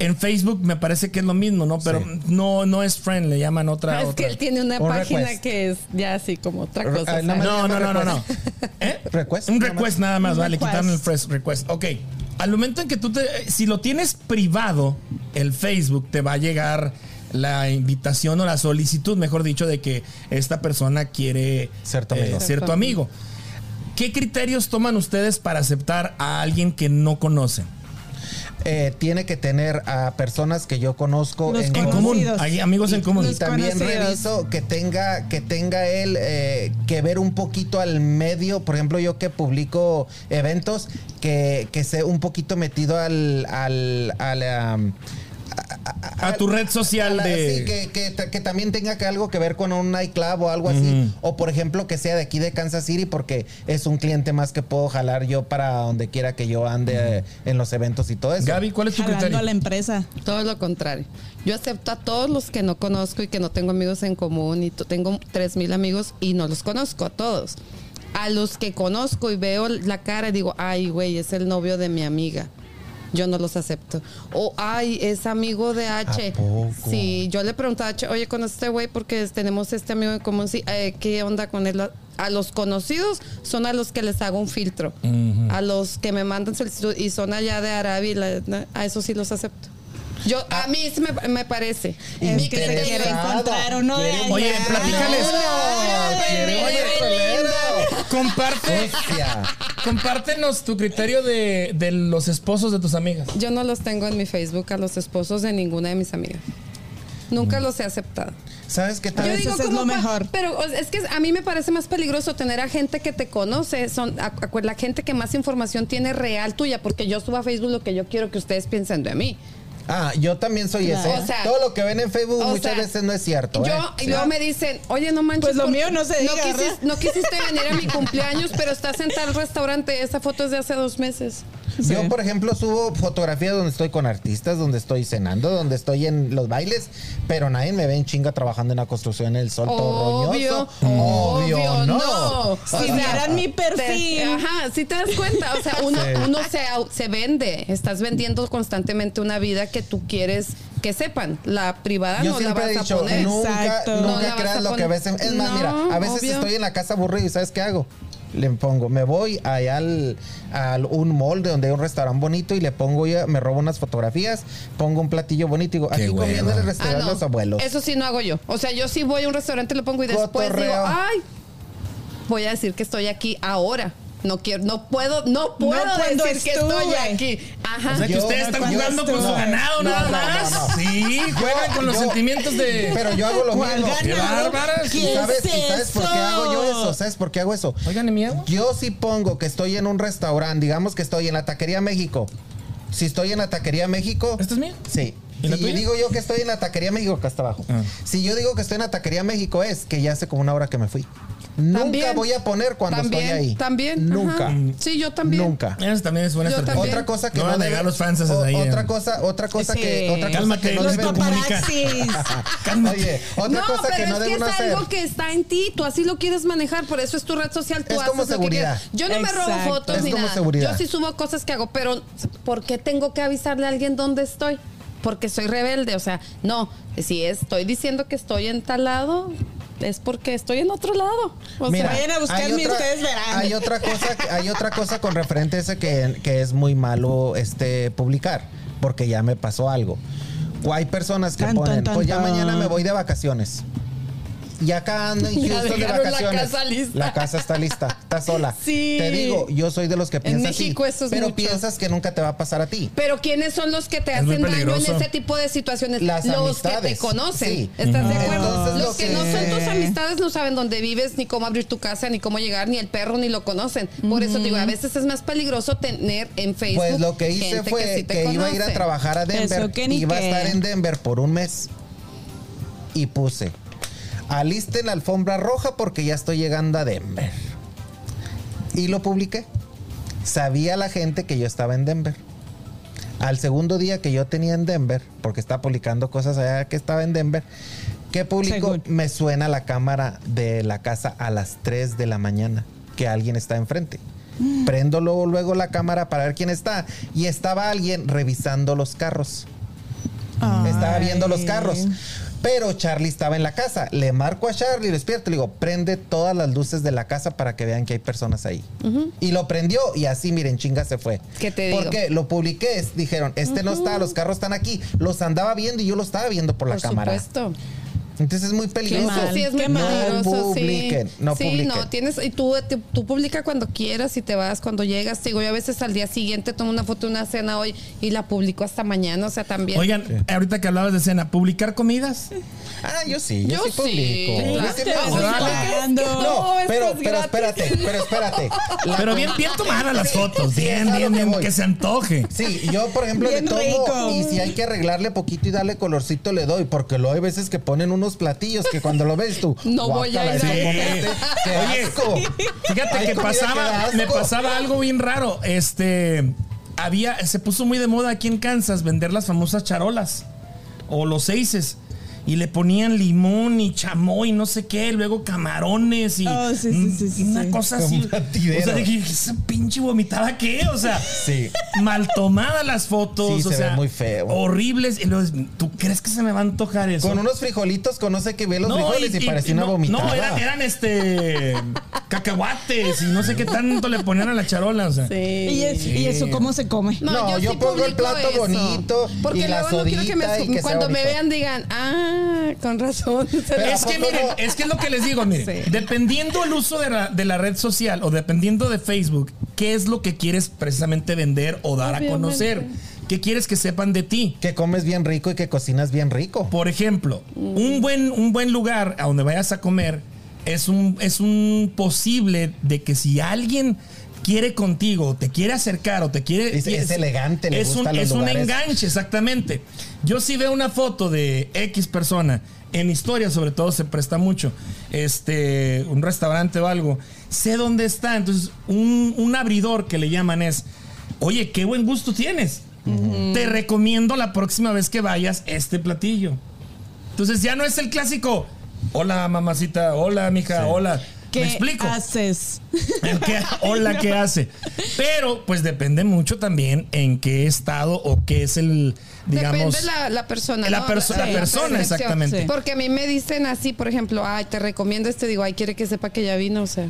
A: En Facebook me parece que es lo mismo, ¿no? Pero
B: Sí.
A: no, no es friend, le llaman otra.
D: Ah, es
A: otra.
D: que él tiene una
B: Un
D: página
B: request.
D: que es ya así como otra
B: Ah,
D: cosa.
B: no
D: ¿sabes?
B: me-
A: No, no, no, no, no. ¿Eh?
B: Request,
A: Un
B: nada más.
A: request nada más,
C: Un
A: vale,
C: request.
A: quitaron el first request. Ok. Al momento en que tú te. eh, Si lo tienes privado, el Facebook te va a llegar la invitación o la solicitud, mejor dicho, de que esta persona quiere eh,
B: Ser tu amigo.
A: ser tu amigo. ¿Qué criterios toman ustedes para aceptar a alguien que no conocen?
B: Eh, tiene que tener a personas que yo conozco
C: Los
A: En
C: Conocidos.
A: común, hay amigos en común.
B: Y
C: Los
B: también
C: conocidos.
B: reviso que tenga, que tenga él eh, que ver un poquito al medio. Por ejemplo, yo que publico eventos, que, que esté un poquito metido al. al, al, am, a,
A: A tu red social
B: a la-
A: de-
B: sí, que, que ta- que también tenga que algo que ver con un nightclub o algo así.
A: Ujú.
B: O por ejemplo que sea de aquí de Kansas City porque es un cliente más que puedo jalar yo para donde quiera que yo ande eh, en los eventos y todo eso.
A: Gaby, ¿cuál es tu
C: Jalando a
A: criterio?
C: la empresa.
D: Todo lo contrario. Yo acepto a todos los que no conozco y que no tengo amigos en común. Y to- tengo tres mil amigos y no los conozco a todos. A los que conozco y veo la cara y digo, ay, güey, es el novio de mi amiga. Yo no los acepto. O, ay, es amigo de H.
B: poco?
D: Sí, yo le preguntaba a H, oye, con este güey, porque tenemos este amigo en común, sí, eh, ¿qué onda con él? A los conocidos son a los que les hago un filtro. A los que me mandan solicitud y son allá de Arabia, y la- na- a eso sí los acepto. Yo, a mí sí me, me parece.
C: Es que se quiere
B: Interesada.
C: encontrar uno de allá.
A: Oye, platícales.
B: quiere-
A: Oye,
B: colero.
A: Comparte,
B: Sucia.
A: compártenos tu criterio de, de los esposos de tus amigas.
D: Yo no los tengo en mi Facebook a los esposos de ninguna de mis amigas. Nunca los he aceptado.
B: ¿Sabes qué
C: A
B: tal?
C: veces es lo
D: pa-
C: mejor.
D: Pero o sea, es que a mí me parece más peligroso tener a gente que te conoce, son a- a- la gente que más información tiene real tuya, porque yo subo a Facebook lo que yo quiero que ustedes piensen de mí.
B: Ah, yo también soy
C: Claro.
B: ese.
D: O sea,
B: Todo lo que ven en Facebook
D: o
B: Uh, muchas
D: sea,
B: veces no es cierto.
D: Yo,
B: ¿eh?
D: y luego me dicen, oye, no manches.
C: Pues lo
D: ¿por-
C: mío no se diga,
D: no,
C: ¿verdad?
D: quisis- no quisiste venir a mi cumpleaños, pero estás en tal restaurante. Esa foto es de hace dos meses.
B: Yo, por ejemplo, subo fotografías donde estoy con artistas, donde estoy cenando, donde estoy en los bailes, pero nadie me ve en chinga trabajando en la construcción en el sol todo
D: Obvio,
B: roñoso. Obvio, no.
D: Si
C: Si vieran mi perfil.
D: ajá, si te das cuenta, o sea, uno, uno se, au- se vende, estás vendiendo constantemente una vida que tú quieres que sepan, la
B: Yo
D: privada Ah, no la
B: siempre
D: vas
B: he
D: a
B: dicho,
D: poner.
B: nunca,
C: Exacto.
D: No la
B: nunca
D: vas
B: creas
D: a
B: lo que ves. en- Es más,
D: No,
B: mira, a veces
D: obvio.
B: estoy en la casa aburrido y ¿sabes qué hago? Le pongo, me voy allá al, al- un mall de donde hay un restaurante bonito y le pongo, ya- me robo unas fotografas, pongo un platillo bonito y digo,
A: Qué
B: aquí
A: hueva.
B: comiendo en el
D: Ah,
B: restaurante de
D: no,
B: los abuelos.
D: Eso sí no hago yo. O sea, yo sí voy a un restaurante, lo pongo y después
B: Cotorreo.
D: digo, ay, voy a decir que estoy aquí ahora. No quiero, no puedo, no puedo
C: cuando
D: decir que
C: estuve.
D: estoy aquí. Ajá.
A: O sea, que
B: Yo-
A: ustedes están
B: yo-
A: jugando con su
B: no,
A: ganado
B: no,
A: nada
B: no,
A: más.
B: no, no.
A: Sí, juegan con los
B: Yo-
A: sentimientos de.
B: Pero yo hago lo
C: ¿Cuál
B: mismo.
A: Qué
C: ganado?
A: bárbaras.
B: ¿Y
C: ¿Qué
B: sabes,
C: es
B: y sabes por qué hago yo
C: eso?
B: eso? ¿Sabes por qué hago eso?
A: Oigan, ¿y mi agua?
B: Yo si pongo que estoy en un restaurante, digamos que estoy en la Taquería México. Si estoy en la Taquería México,
A: ¿Esta es mía?
B: sí.
A: ¿Y la
B: Si
A: tuya?
B: digo yo que estoy en la Taquería México, acá está abajo.
A: Ah.
B: Si yo digo que estoy en la Taquería México es que ya hace como una hora que me fui. Nunca
D: También.
B: voy a poner cuando
D: también,
B: estoy ahí.
D: También.
B: Nunca.
D: ajá. Sí, yo también.
B: Nunca.
A: Esa también es buena
D: Yo
A: estrategia.
D: también.
B: Otra cosa que
A: No van a
B: debe-
A: negar los fans esas
B: o-
A: ahí,
B: Otra
A: eh.
B: cosa, otra cosa
C: Sí.
B: que otra cosa
A: Cálmate,
B: que no
A: los
C: Los
B: debe-
A: comunica.
C: paparazzis.
B: Oye, otra
D: no,
B: cosa
D: pero
B: que no
D: es que
B: deben
D: es
B: hacer.
D: algo que está en ti, tú así lo quieres manejar, por eso es tu red social, tú
B: Es
D: haces
B: como
D: lo que
B: seguridad.
D: quieras. Yo no me robo
C: Exacto.
D: fotos
B: Es
D: ni
B: como
D: nada.
B: seguridad.
D: Yo sí subo cosas que hago, pero ¿por qué tengo que avisarle a alguien dónde estoy? Porque soy rebelde, o sea, no, si estoy diciendo que estoy en tal lado, es porque estoy en otro lado. O
C: Mira,
D: sea,
C: vayan a buscarme y ustedes verán.
B: Hay otra cosa, hay otra cosa con referente a ese que, que es muy malo este publicar, porque ya me pasó algo. O hay personas que
C: Tan, tan,
B: ponen,
C: tan,
B: pues ya
C: tan.
B: mañana me voy de vacaciones. Y acá ando en
D: Ya
B: Houston de
D: dejaron la
B: vacaciones.
D: casa lista.
B: La casa está lista, está sola.
D: Sí.
B: Te digo, yo soy de los que piensan
D: México eso es
B: pero
D: mucho.
B: piensas que nunca te va a pasar a ti.
D: Pero ¿quiénes son los que te
A: muy
D: hacen daño en
A: peligroso.
D: ese tipo de situaciones?
B: Las
D: los que te
B: amistades.
D: conocen.
B: Sí.
D: ¿Estás de acuerdo?
B: Entonces,
D: los
B: lo
D: que,
B: que-
D: no son tus amistades no saben dónde vives, ni cómo abrir tu casa, ni cómo llegar, ni el perro, ni lo conocen. Por eso digo, a veces es más peligroso tener en Facebook.
B: Pues lo que hice
D: gente
B: fue
D: que,
B: que,
D: sí te
B: iba a ir a
D: conoce.
B: trabajar a Denver.
C: Eso que ni
B: iba a
C: qué.
B: estar en Denver por un mes. Y puse, alisten la alfombra roja porque ya estoy llegando a Denver. Y lo publiqué. Sabía la gente que yo estaba en Denver. Al segundo día que yo tenía en Denver, porque estaba publicando cosas allá que estaba en Denver, que publicó,
C: Según.
B: me suena la cámara de la casa a las 3 de la mañana, que alguien está enfrente. Prendo luego, luego la cámara para ver quién está. Y estaba alguien revisando los carros. Estaba viendo los carros. Pero Charlie estaba en la casa. Le marco a Charlie, lo despierto, le digo, prende todas las luces de la casa para que vean que hay personas ahí. Y lo prendió y así, miren, chinga se fue.
D: ¿Qué te digo?
B: Porque lo publiqué, es- dijeron, este no está, los carros están aquí. Los andaba viendo y yo los estaba viendo por,
D: Por
B: la cámara.
D: supuesto.
B: Entonces es muy peligroso.
D: Eso sí es muy
C: qué mal.
D: peligroso,
B: No
D: sí.
B: publiquen, no
D: sí,
B: publiquen.
D: no, tienes, y tú, te- tú publica cuando quieras y te vas cuando llegas. Digo, yo a veces al día siguiente tomo una foto de una cena hoy y la publico hasta mañana, o sea, también.
A: Oigan, ahorita que hablabas de cena, ¿publicar comidas?
B: Ah, yo sí, yo,
D: Yo
B: sí
D: sí,
B: publico.
D: claro.
B: Yo sí
C: Te
B: publico.
A: vas
C: publicando.
B: No,
D: No, esto
B: pero,
D: es
B: pero
D: gratis.
B: espérate, pero espérate. La
A: Pero bien, bien tomadas las
B: Sí,
A: fotos.
B: sí,
A: Bien,
B: a lo
A: bien,
B: que
A: bien,
B: voy.
A: que se antoje.
B: Sí, yo por ejemplo
C: Bien
B: le tomo
C: rico.
B: y si hay que arreglarle poquito y darle colorcito le doy, porque luego hay veces que ponen unos platillos que cuando lo ves tú,
D: No voy a
B: guácala,
D: ir a-
B: eso comete, qué
A: Oye,
B: asco. Hay
A: Fíjate que
B: comida da
A: pasaba,
B: asco.
A: me pasaba algo bien raro. Este, había, se puso muy de moda aquí en Kansas vender las famosas charolas o los seises. Y le ponían limón y chamoy, no sé qué, luego camarones y
C: Oh, sí, sí, sí, sí,
A: una
C: sí.
A: cosa
B: Como
A: así.
B: un batidero.
A: O sea, dije, esa pinche vomitada qué, o sea,
B: Sí.
A: mal tomadas las fotos,
B: Sí,
A: o
B: se ve
A: sea,
B: muy feo.
A: horribles. Y luego, ¿tú crees que se me va a antojar eso?
B: Con unos frijolitos conoce que ve los frijoles y, parecía una
A: no,
B: vomitada.
A: No, eran, eran, este cacahuates y no sé qué tanto le ponían a la charola. O sea.
C: ¿Y, es- y eso cómo se come?
D: No,
B: No, yo
D: sí
B: pongo el
D: publico
B: plato bonito
D: Porque
B: y la
D: luego no quiero que me,
B: sodita y que sea
D: cuando me
B: bonito.
D: vean digan, ah, con razón.
B: Pero
A: Es
B: ¿a
A: que
B: poco
A: miren,
B: no?
A: es que es lo que les digo, miren,
D: Sí.
A: dependiendo el uso de la, de la red social o dependiendo de Facebook, ¿qué es lo que quieres precisamente vender o dar a
D: Obviamente.
A: conocer? ¿Qué quieres que sepan de ti?
B: Que comes bien rico y que cocinas bien rico.
A: Por ejemplo,
D: Mm.
A: un, buen, un buen lugar a donde vayas a comer es un, es un posible de que si alguien quiere contigo, te quiere acercar o te quiere...
B: Es- es elegante, le
A: es
B: gustan
A: un,
B: los
A: es un
B: lugares.
A: enganche, exactamente. Yo sí veo una foto de X persona, en historia sobre todo se presta mucho, este, un restaurante o algo, sé dónde está, entonces un, un abridor que le llaman es, oye, qué buen gusto tienes. Te recomiendo la próxima vez que vayas este platillo. Entonces ya no es el clásico. Hola, mamacita. Hola, mija. Hola.
C: ¿Qué
A: ¿Me explico?
C: haces?
A: El que- hola, ¿qué hace? Pero, pues depende mucho también en qué estado o qué es el, digamos.
D: Depende la, la persona.
A: la
D: ¿no?
A: perso- la
D: Sí,
A: persona,
D: percepción.
A: exactamente.
C: Sí.
D: Porque a mí me dicen así, por ejemplo, ay, te recomiendo este, digo, ay, quiere que sepa que ya vino, o sea.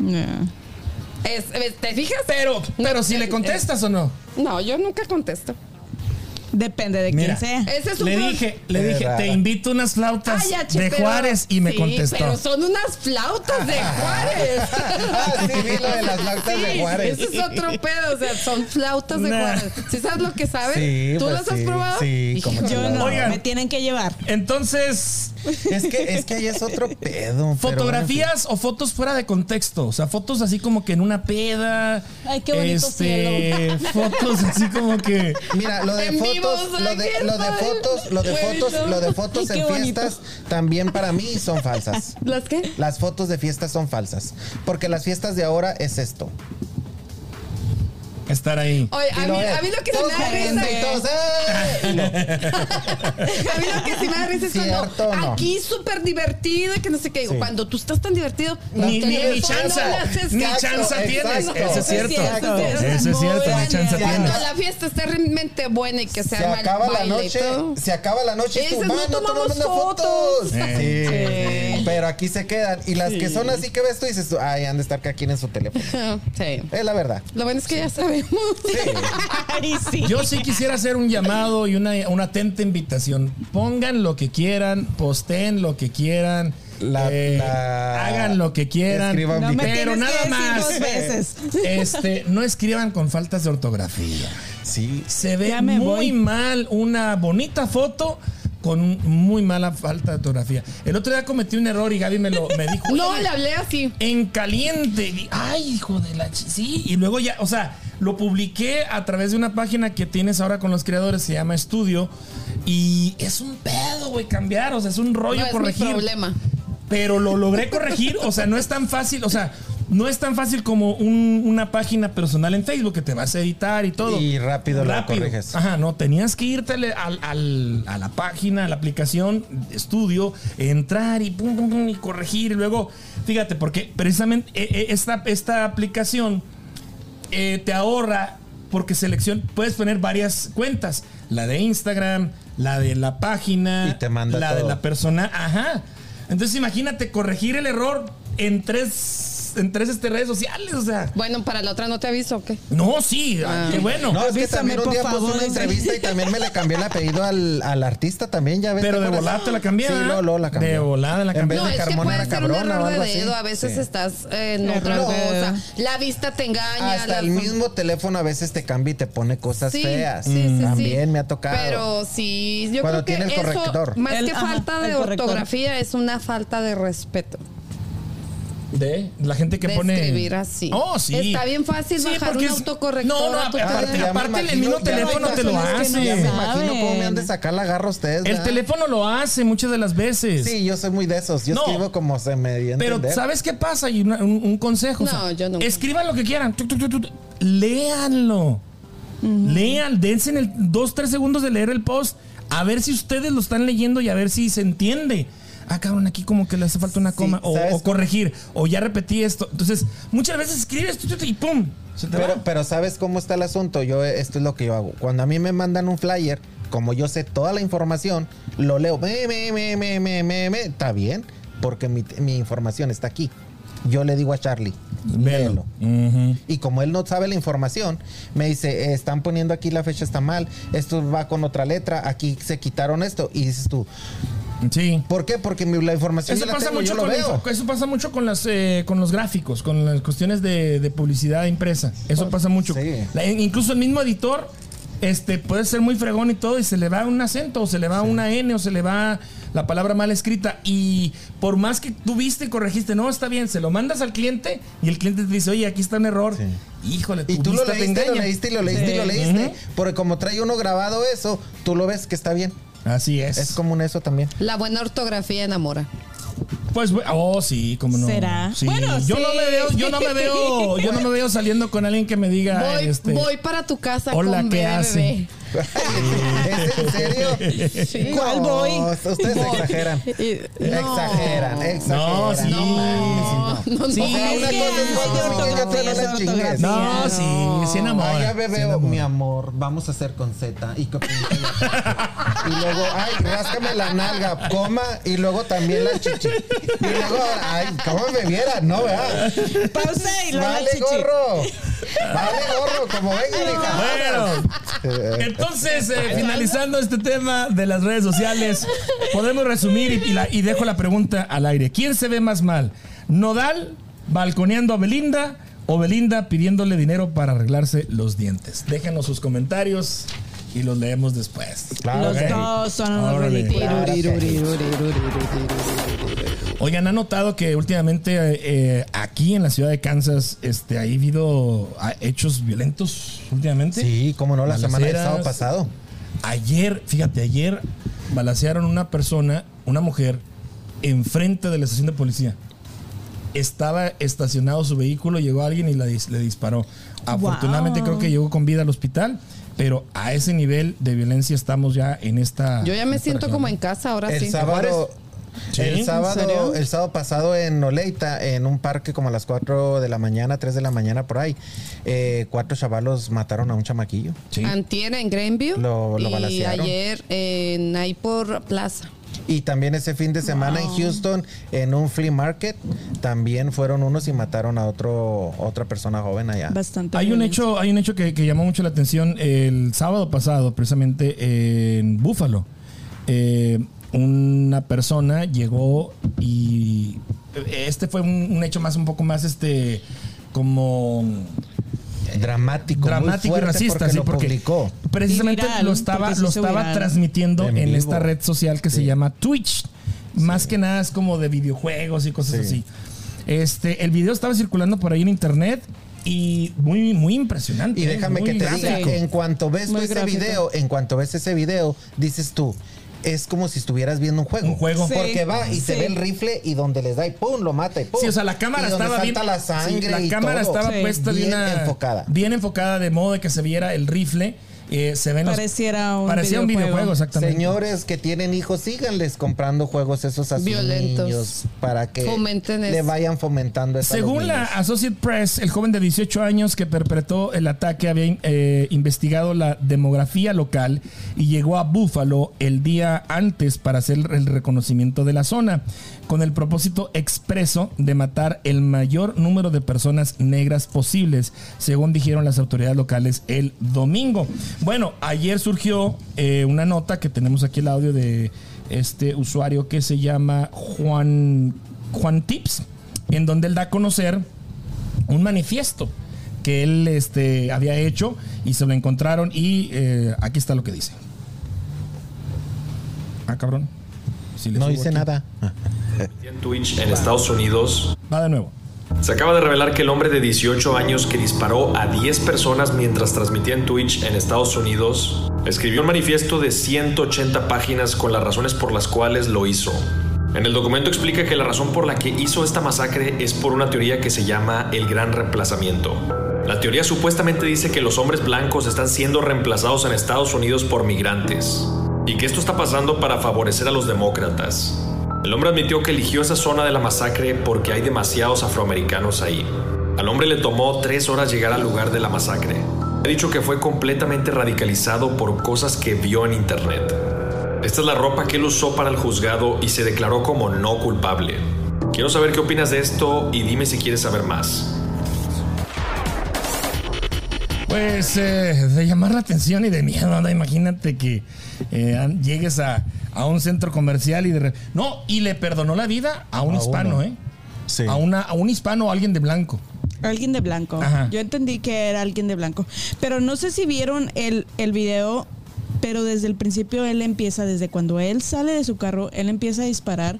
C: No.
D: Es, es- ¿Te fijas? eh,
A: Pero, pero si le contestas o no.
D: No, yo nunca contesto.
C: Depende de
A: Mira.
C: quién sea.
D: Ese es un
A: Le
D: pro-
A: dije, le
B: Qué
A: dije,
B: rara.
A: te invito unas flautas
D: Ay, ya, che,
A: de
D: pero-
A: Juárez y me
D: sí, Pero
A: contestó.
D: son unas flautas de Juárez.
B: Ah, sí, vi lo de las lactas de
D: Sí,
B: Juárez.
D: Ese es otro pedo, o sea, son flautas de
A: Nah.
D: Juárez. ¿Sí sabes lo que saben?
B: Sí,
D: ¿Tú
B: pues
D: las has
B: sí,
D: probado?
B: sí, como
D: Híjole.
C: Yo
B: Claro.
C: no,
A: Oigan.
C: me tienen que llevar.
A: Entonces,
B: Es que, es que ahí es otro pedo. pero bueno,
A: Fotografías o fotos fuera de contexto. O sea, fotos así como que en una peda. este,
C: Ay, qué bonito
A: Fotos así como que.
B: en fin. Mira, lo de
D: En vivo,
B: fotos, lo
D: ¿sabes
B: de,
D: qué?
B: lo de fotos, lo de
D: Güey,
B: fotos,
D: no.
B: lo de fotos
C: Qué
B: en
C: bonito.
B: fiestas también para mí son falsas.
D: ¿Las qué?
B: Las fotos de fiestas son falsas. Porque las fiestas de ahora es esto.
A: Estar ahí.
D: Oye, a
B: Y
D: mí,
B: lo ves,
D: a mí lo que sí
B: todos
D: me da
B: comiendo
D: risa.
B: y todos, ¡eh! Y lo-
D: A mí lo que sí me da risa es
B: ¿Cierto
D: cuando
B: o no?
D: aquí súper divertido y que no sé qué. digo,
B: Sí.
D: Cuando tú estás tan divertido,
A: Ni,
D: te
A: ni,
D: lo-
A: ni
D: no
A: chanza,
D: le haces
A: ni
D: caso.
A: chanza
B: exacto.
A: tienes. Eso es cierto.
C: Exacto.
A: Eso es cierto, ni chanza
C: Exacto.
A: tienes.
D: Cuando la fiesta esté realmente buena y que
B: se
D: sea mal
B: acaba la
D: baile y
B: noche,
D: todo.
B: se acaba la noche
D: Y
B: y tú,
D: dices,
B: "Va,
D: "No
B: no tomamos
D: tomamos
B: las fotos.
D: fotos".
B: Sí.
C: Sí.
B: Pero aquí se quedan. Y las que son así que ves tú dices, ay, han de estar aquí en su teléfono.
D: Sí.
B: Es la verdad.
D: Lo bueno es que ya saben. sabemos.
C: Ay, sí.
A: Yo sí quisiera hacer un llamado y una, una atenta invitación. Pongan lo que quieran, posteen lo que quieran.
B: La-
A: eh,
B: la-
A: hagan lo que quieran.
B: Escriban
C: no me
B: bien.
A: Pero
C: tienes
A: nada
C: que decir
A: más.
C: dos veces.
A: Este, no escriban con faltas de ortografía.
B: Sí.
A: Se ve
C: Ya me
A: muy
C: voy.
A: mal una bonita foto con un- muy mala falta de ortografía. El otro día cometí un error y Gaby me lo me dijo.
D: No,
A: "Oye,
D: le hablé así.
A: en caliente. Y, Ay, hijo de la ch- sí. Y luego ya, o sea, lo publiqué a través de una página que tienes ahora con los creadores, se llama Estudio. Y es un pedo, güey, cambiar. O sea, es un rollo
D: No es mi
A: corregir.
D: problema.
A: Pero lo logré corregir. O sea, no es tan fácil. O sea, no es tan fácil como un- una página personal en Facebook que te vas a editar y todo.
B: Y rápido la corriges.
A: Ajá, no, tenías que irte al- al- al- a la página, a la aplicación, estudio, entrar y, pum, pum, pum, y corregir. Y luego, fíjate, porque precisamente eh, eh, esta, esta aplicación eh, te ahorra porque selección puedes poner varias cuentas, la de Instagram, la de la página,
B: Y te manda
A: la de
B: todo.
A: la persona, ajá. Entonces imagínate corregir el error en tres en tres este, redes sociales, o sea,
D: Bueno, para la otra no te aviso, ¿o ¿qué?
A: no, sí,
D: Ah.
A: qué bueno.
B: No, es que
C: Avísame,
B: también un
C: por
B: día puse
C: favor,
B: una
C: ese-
B: entrevista y también me le cambié el apellido al, al artista también, ya ves.
A: Pero
B: ¿te
A: de
B: acuerdas?
A: volada te la cambié,
B: Sí,
A: ¿verdad?
B: no, luego la cambié.
A: De volada la
B: En
A: cambié.
B: vez
D: No,
B: de
D: es que
B: Carmona
D: puede
B: era
D: ser un
B: cabrona o
D: error
B: algo
D: de
B: así.
D: dedo. A veces
B: Sí.
D: estás eh, en
C: Error
D: otra
B: de
D: cosa.
C: dedo.
D: La vista te engaña.
B: Hasta
D: la-
B: el mismo teléfono a veces te cambia y te pone cosas
D: Sí,
B: feas. Mm,
D: sí, sí, sí.
B: También me ha tocado.
D: Pero sí, yo
B: Cuando
D: creo que
B: tiene el
D: eso,
B: corrector.
D: más
C: El-
D: que
C: ajá,
D: falta de
C: el corrector.
D: ortografía, es una falta de respeto.
A: De la gente que
D: de
A: pone.
D: escribir así.
A: Oh, sí.
D: Está bien fácil bajar
A: porque
D: un
A: es-
D: autocorrector
A: No, no,
D: a tu
A: aparte,
D: teléfono.
A: aparte
B: Ya
A: el
B: me
A: mismo
B: imagino, ya
A: teléfono
C: hay
A: te lo
C: personas que no
B: Ya
A: hace.
B: me
C: saben.
B: imagino cómo me han de sacar la garra ustedes.
A: El
B: ¿verdad?
A: teléfono lo hace muchas de las veces.
B: Sí, yo soy muy de esos. Yo
A: No.
B: escribo como se me dio a
A: Pero
B: entender.
A: ¿sabes qué pasa? Y una- un, un consejo.
D: No, yo nunca.
A: Escriban lo que quieran. Tuc, tuc, tuc, tuc. Léanlo. Lean, dense en el dos, tres segundos de leer el post. A ver si ustedes lo están leyendo y a ver si se entiende. Ah, cabrón, aquí como que le hace falta una
B: Sí,
A: coma. o,
B: ¿sabes?
A: o corregir. O ya repetí esto. Entonces, muchas veces escribes tuc, tuc, tuc, y pum. Se te
B: Pero,
A: va.
B: pero sabes cómo está el asunto. Yo esto es lo que yo hago. Cuando a mí me mandan un flyer, como yo sé toda la información, lo leo. Me, me, me, me, me, me, me. Está bien, porque mi, mi información está aquí. Yo le digo a Charlie, léelo.
A: Ujú.
B: Y como él no sabe la información, me dice, eh, están poniendo aquí la fecha está mal, esto va con otra letra, aquí se quitaron esto. Y dices tú,
A: Sí.
B: ¿por qué? Porque mi- la información
A: Eso
B: yo la
A: pasa,
B: tengo,
A: mucho
B: yo lo
A: con
B: veo.
A: eso pasa mucho con las eh, con los gráficos, con las cuestiones de, de publicidad impresa. Eso pasa mucho.
B: sí.
A: La- eh, incluso el mismo editor este, puede ser muy fregón y todo, y se le va un acento, o se le va una N, o se le va la palabra mal escrita. Y por más que tú viste y corregiste, no, está bien, se lo mandas al cliente y el cliente te dice, oye, aquí está un error. Híjole,
B: Y
A: tu
B: tú lo
A: vista te
B: leíste, lo
A: engaña.
B: leíste y lo leíste y lo
A: Sí.
B: leíste.
A: Ujú.
B: Porque como trae uno grabado eso, tú lo ves que está bien.
A: Así es.
B: Es común eso también.
D: La buena ortografía enamora.
A: Pues, bu- oh, sí, como no.
C: ¿Será?
A: Sí.
C: Bueno,
A: yo
C: sí.
A: no me veo, yo no me veo, yo no me veo saliendo con alguien que me diga.
D: Voy,
A: este,
D: voy para tu casa
A: hola,
D: con
A: ¿qué
D: bebé,
A: hace?
D: bebé.
B: ¿Es en serio?
C: Sí. ¿Cuál voy?
B: No, Ustedes
C: Voy.
B: exageran. Exageran,
A: No,
B: exageran.
A: sí.
D: No, no, no.
A: Sí.
B: O sea, una
C: Es
B: cosa es
C: que hay
B: cuando
C: ortografía,
B: yo te la
C: es
B: chingues.
C: ortografía.
A: No,
C: No.
A: sí, sí enamora.
B: Ah, ya me
A: sí
B: veo,
A: enamora.
B: mi amor, vamos a hacer con Z. Y, que apunte la- y luego, ay, ráscame la nalga, coma, y luego también la chichi. Y luego, ay, ¿cómo me viera? No, ¿verdad?
C: Pausa y luego la
B: Vale,
C: chichi.
B: gorro. Vale, gorro, como venga, hija.
A: Bueno, entonces, eh, finalizando este tema de las redes sociales, podemos resumir y, y la- y dejo la pregunta al aire. ¿Quién se ve más mal? ¿Nodal balconeando a Belinda o Belinda pidiéndole dinero para arreglarse los dientes? Déjanos sus comentarios y los leemos después.
B: Claro,
C: Los
B: ok.
C: dos son unos
A: Órale.
C: ridículos.
B: Claro que sí.
A: Oigan, ¿han notado que últimamente eh, eh, aquí en la ciudad de Kansas este, ha habido ah, hechos violentos últimamente?
B: Sí, cómo no, la semana del
A: Balaceras.
B: sábado pasado.
A: Ayer, fíjate, ayer balacearon una persona, una mujer, enfrente de la estación de policía. Estaba estacionado su vehículo, llegó alguien y la dis- le disparó. Afortunadamente
C: Wow.
A: creo que llegó con vida al hospital, pero a ese nivel de violencia estamos ya en esta...
D: Yo ya me
A: esta
D: siento
A: región.
D: como en casa ahora
B: El
D: sí.
B: sábado.
A: Sí.
B: El
A: ¿En
B: sábado,
D: serio?
B: el sábado pasado en Oleita, en un parque como a las 4 de la mañana, 3 de la mañana por ahí, eh, cuatro chavalos mataron a un chamaquillo.
A: Sí.
D: Antier en Greenview
B: Lo- lo
D: y
B: balacearon.
D: ayer en ahí por Plaza.
B: Y también ese fin de semana en Houston, en un flea market, también fueron unos y mataron a otro otra persona joven allá.
C: Bastante.
A: Hay un
C: violencia.
A: hecho, hay un hecho que, que llamó mucho la atención el sábado pasado, precisamente en Búfalo. Eh, una persona llegó y este fue un, un hecho más un poco más este como
B: Dramático, muy
A: dramático y
B: fuerte
A: racista,
B: porque
A: sí,
B: lo
A: porque
B: publicó.
A: precisamente
C: Y viral,
A: lo estaba,
C: porque se
A: lo
C: hizo
A: estaba
C: viral.
A: transmitiendo
B: En
A: en,
B: vivo.
A: esta red social que se llama Twitch. Más que nada es como de videojuegos y cosas así.
B: Sí.
A: Este, el video estaba circulando por ahí en internet y muy, muy impresionante. ¿eh?
B: Y déjame
A: muy
B: que te diga,
A: gráfico.
B: en cuanto ves tú
C: Muy
B: ese
C: gráfico.
B: video, en cuanto ves ese video, dices tú, es como si estuvieras viendo un juego.
A: Un juego. Sí.
B: Porque va y se
C: Sí.
B: ve el rifle y donde les da y pum, lo mata y pum.
A: Sí, o sea, la cámara
B: y donde
A: estaba bien.
B: salta la sangre.
A: sí, la
B: y
A: cámara
B: todo.
A: estaba
C: Sí.
A: puesta
B: bien
A: de una-
B: enfocada.
A: Bien enfocada de modo de que se viera el rifle. eh, se ven los-
C: Pareciera un
A: parecía un
C: videojuego.
A: videojuego, exactamente.
B: Señores que tienen hijos, síganles comprando juegos esos a sus
D: Violentos.
B: niños para que
D: Fomenten
B: le
D: eso.
B: vayan fomentando eso a los
A: Según la
B: niños.
A: Associate Press, el joven de 18 años que perpetró el ataque había eh, investigado la demografía local y llegó a Buffalo el día antes para hacer el reconocimiento de la zona, con el propósito expreso de matar el mayor número de personas negras posibles, según dijeron las autoridades locales el domingo. Bueno, ayer surgió eh, una nota que tenemos aquí el audio de este usuario que se llama Juan, Juan Tips en donde él da a conocer un manifiesto que él este, había hecho y se lo encontraron y eh, aquí está lo que dice. Ah, cabrón. Si le
B: No
A: subo
B: dice
A: aquí.
B: nada.
E: En Twitch en Estados Unidos
A: Va de nuevo.
E: se acaba de revelar que el hombre de 18 años que disparó a 10 personas mientras transmitía en Twitch en Estados Unidos escribió un manifiesto de 180 páginas con las razones por las cuales lo hizo. En el documento explica que la razón por la que hizo esta masacre es por una teoría que se llama el gran reemplazamiento. La teoría supuestamente dice que los hombres blancos están siendo reemplazados en Estados Unidos por migrantes y que esto está pasando para favorecer a los demócratas. El hombre admitió que eligió esa zona de la masacre porque hay demasiados afroamericanos ahí. Al hombre le tomó tres horas llegar al lugar de la masacre. Ha dicho que fue completamente radicalizado por cosas que vio en internet. Esta es la ropa que él usó para el juzgado y se declaró como no culpable. Quiero saber qué opinas de esto y dime si quieres saber más.
A: Pues eh, de llamar la atención y de miedo, anda, imagínate que eh, an- llegues a, a un centro comercial y de... re- No, y le perdonó la vida a un
B: A
A: hispano,
B: uno.
A: ¿eh?
B: Sí.
A: A, una, a un hispano o alguien de blanco.
C: Alguien de blanco.
A: Ajá.
C: Yo entendí que era alguien de blanco. Pero no sé si vieron el, el video, pero desde el principio él empieza, desde cuando él sale de su carro, él empieza a disparar.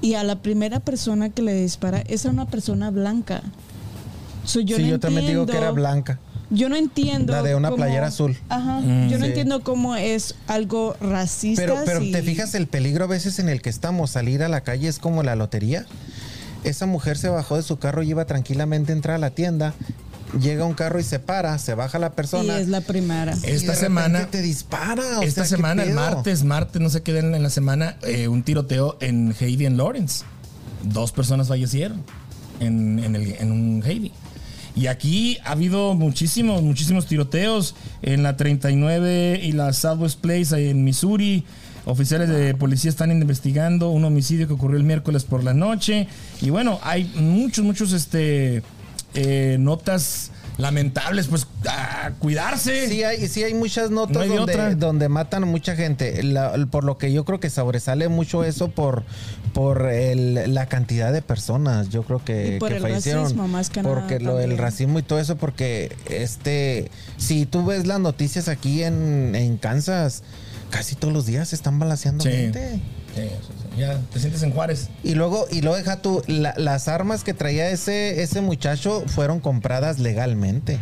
C: Y a la primera persona que le dispara es a una persona blanca. So, yo
B: sí,
C: no
B: yo también digo que era
C: entiendo-
B: blanca.
C: Yo no entiendo.
B: La de una playera azul. Mm.
C: Ajá. yo no
B: Sí.
C: entiendo cómo es algo racista.
B: Pero, pero
C: si-
B: te fijas el peligro a veces en el que estamos. Salir a la calle es como la lotería. Esa mujer se bajó de su carro y iba tranquilamente a entrar a la tienda. Llega un carro y se para, se baja la
C: Y
B: persona.
C: es la primera.
B: y
A: Esta
B: de repente
A: semana-
B: te dispara. o
A: Esta
B: sea, ¿qué
A: semana, el
B: pedo?
A: martes, martes, no sé qué día en la semana, eh, un tiroteo en Heidi en Lawrence. Dos personas fallecieron en, en el- en un Heidi. Y aquí ha habido muchísimos, muchísimos tiroteos en la 39 y la Southwest Place ahí en Missouri. Oficiales de policía están investigando un homicidio que ocurrió el miércoles por la noche. Y bueno, hay muchos, muchos este, eh, notas lamentables, pues a cuidarse.
B: Sí hay, sí hay muchas
A: No
B: notas
A: hay de otra.
B: donde, donde matan a mucha gente. La- por lo que yo creo que sobresale mucho eso por, por el- la cantidad de personas, yo creo que,
C: Y por
B: que
C: el
B: fallecieron.
C: racismo, más que nada,
B: porque lo del
C: también.
B: racismo y todo eso, porque este, si tú ves las noticias aquí en, en Kansas, casi todos los días se están balaseando
A: Sí.
B: gente.
A: Sí, sí, sí. Ya te sientes en Juárez.
B: Y luego, y luego deja tú, la- las armas que traía ese, ese muchacho fueron compradas legalmente.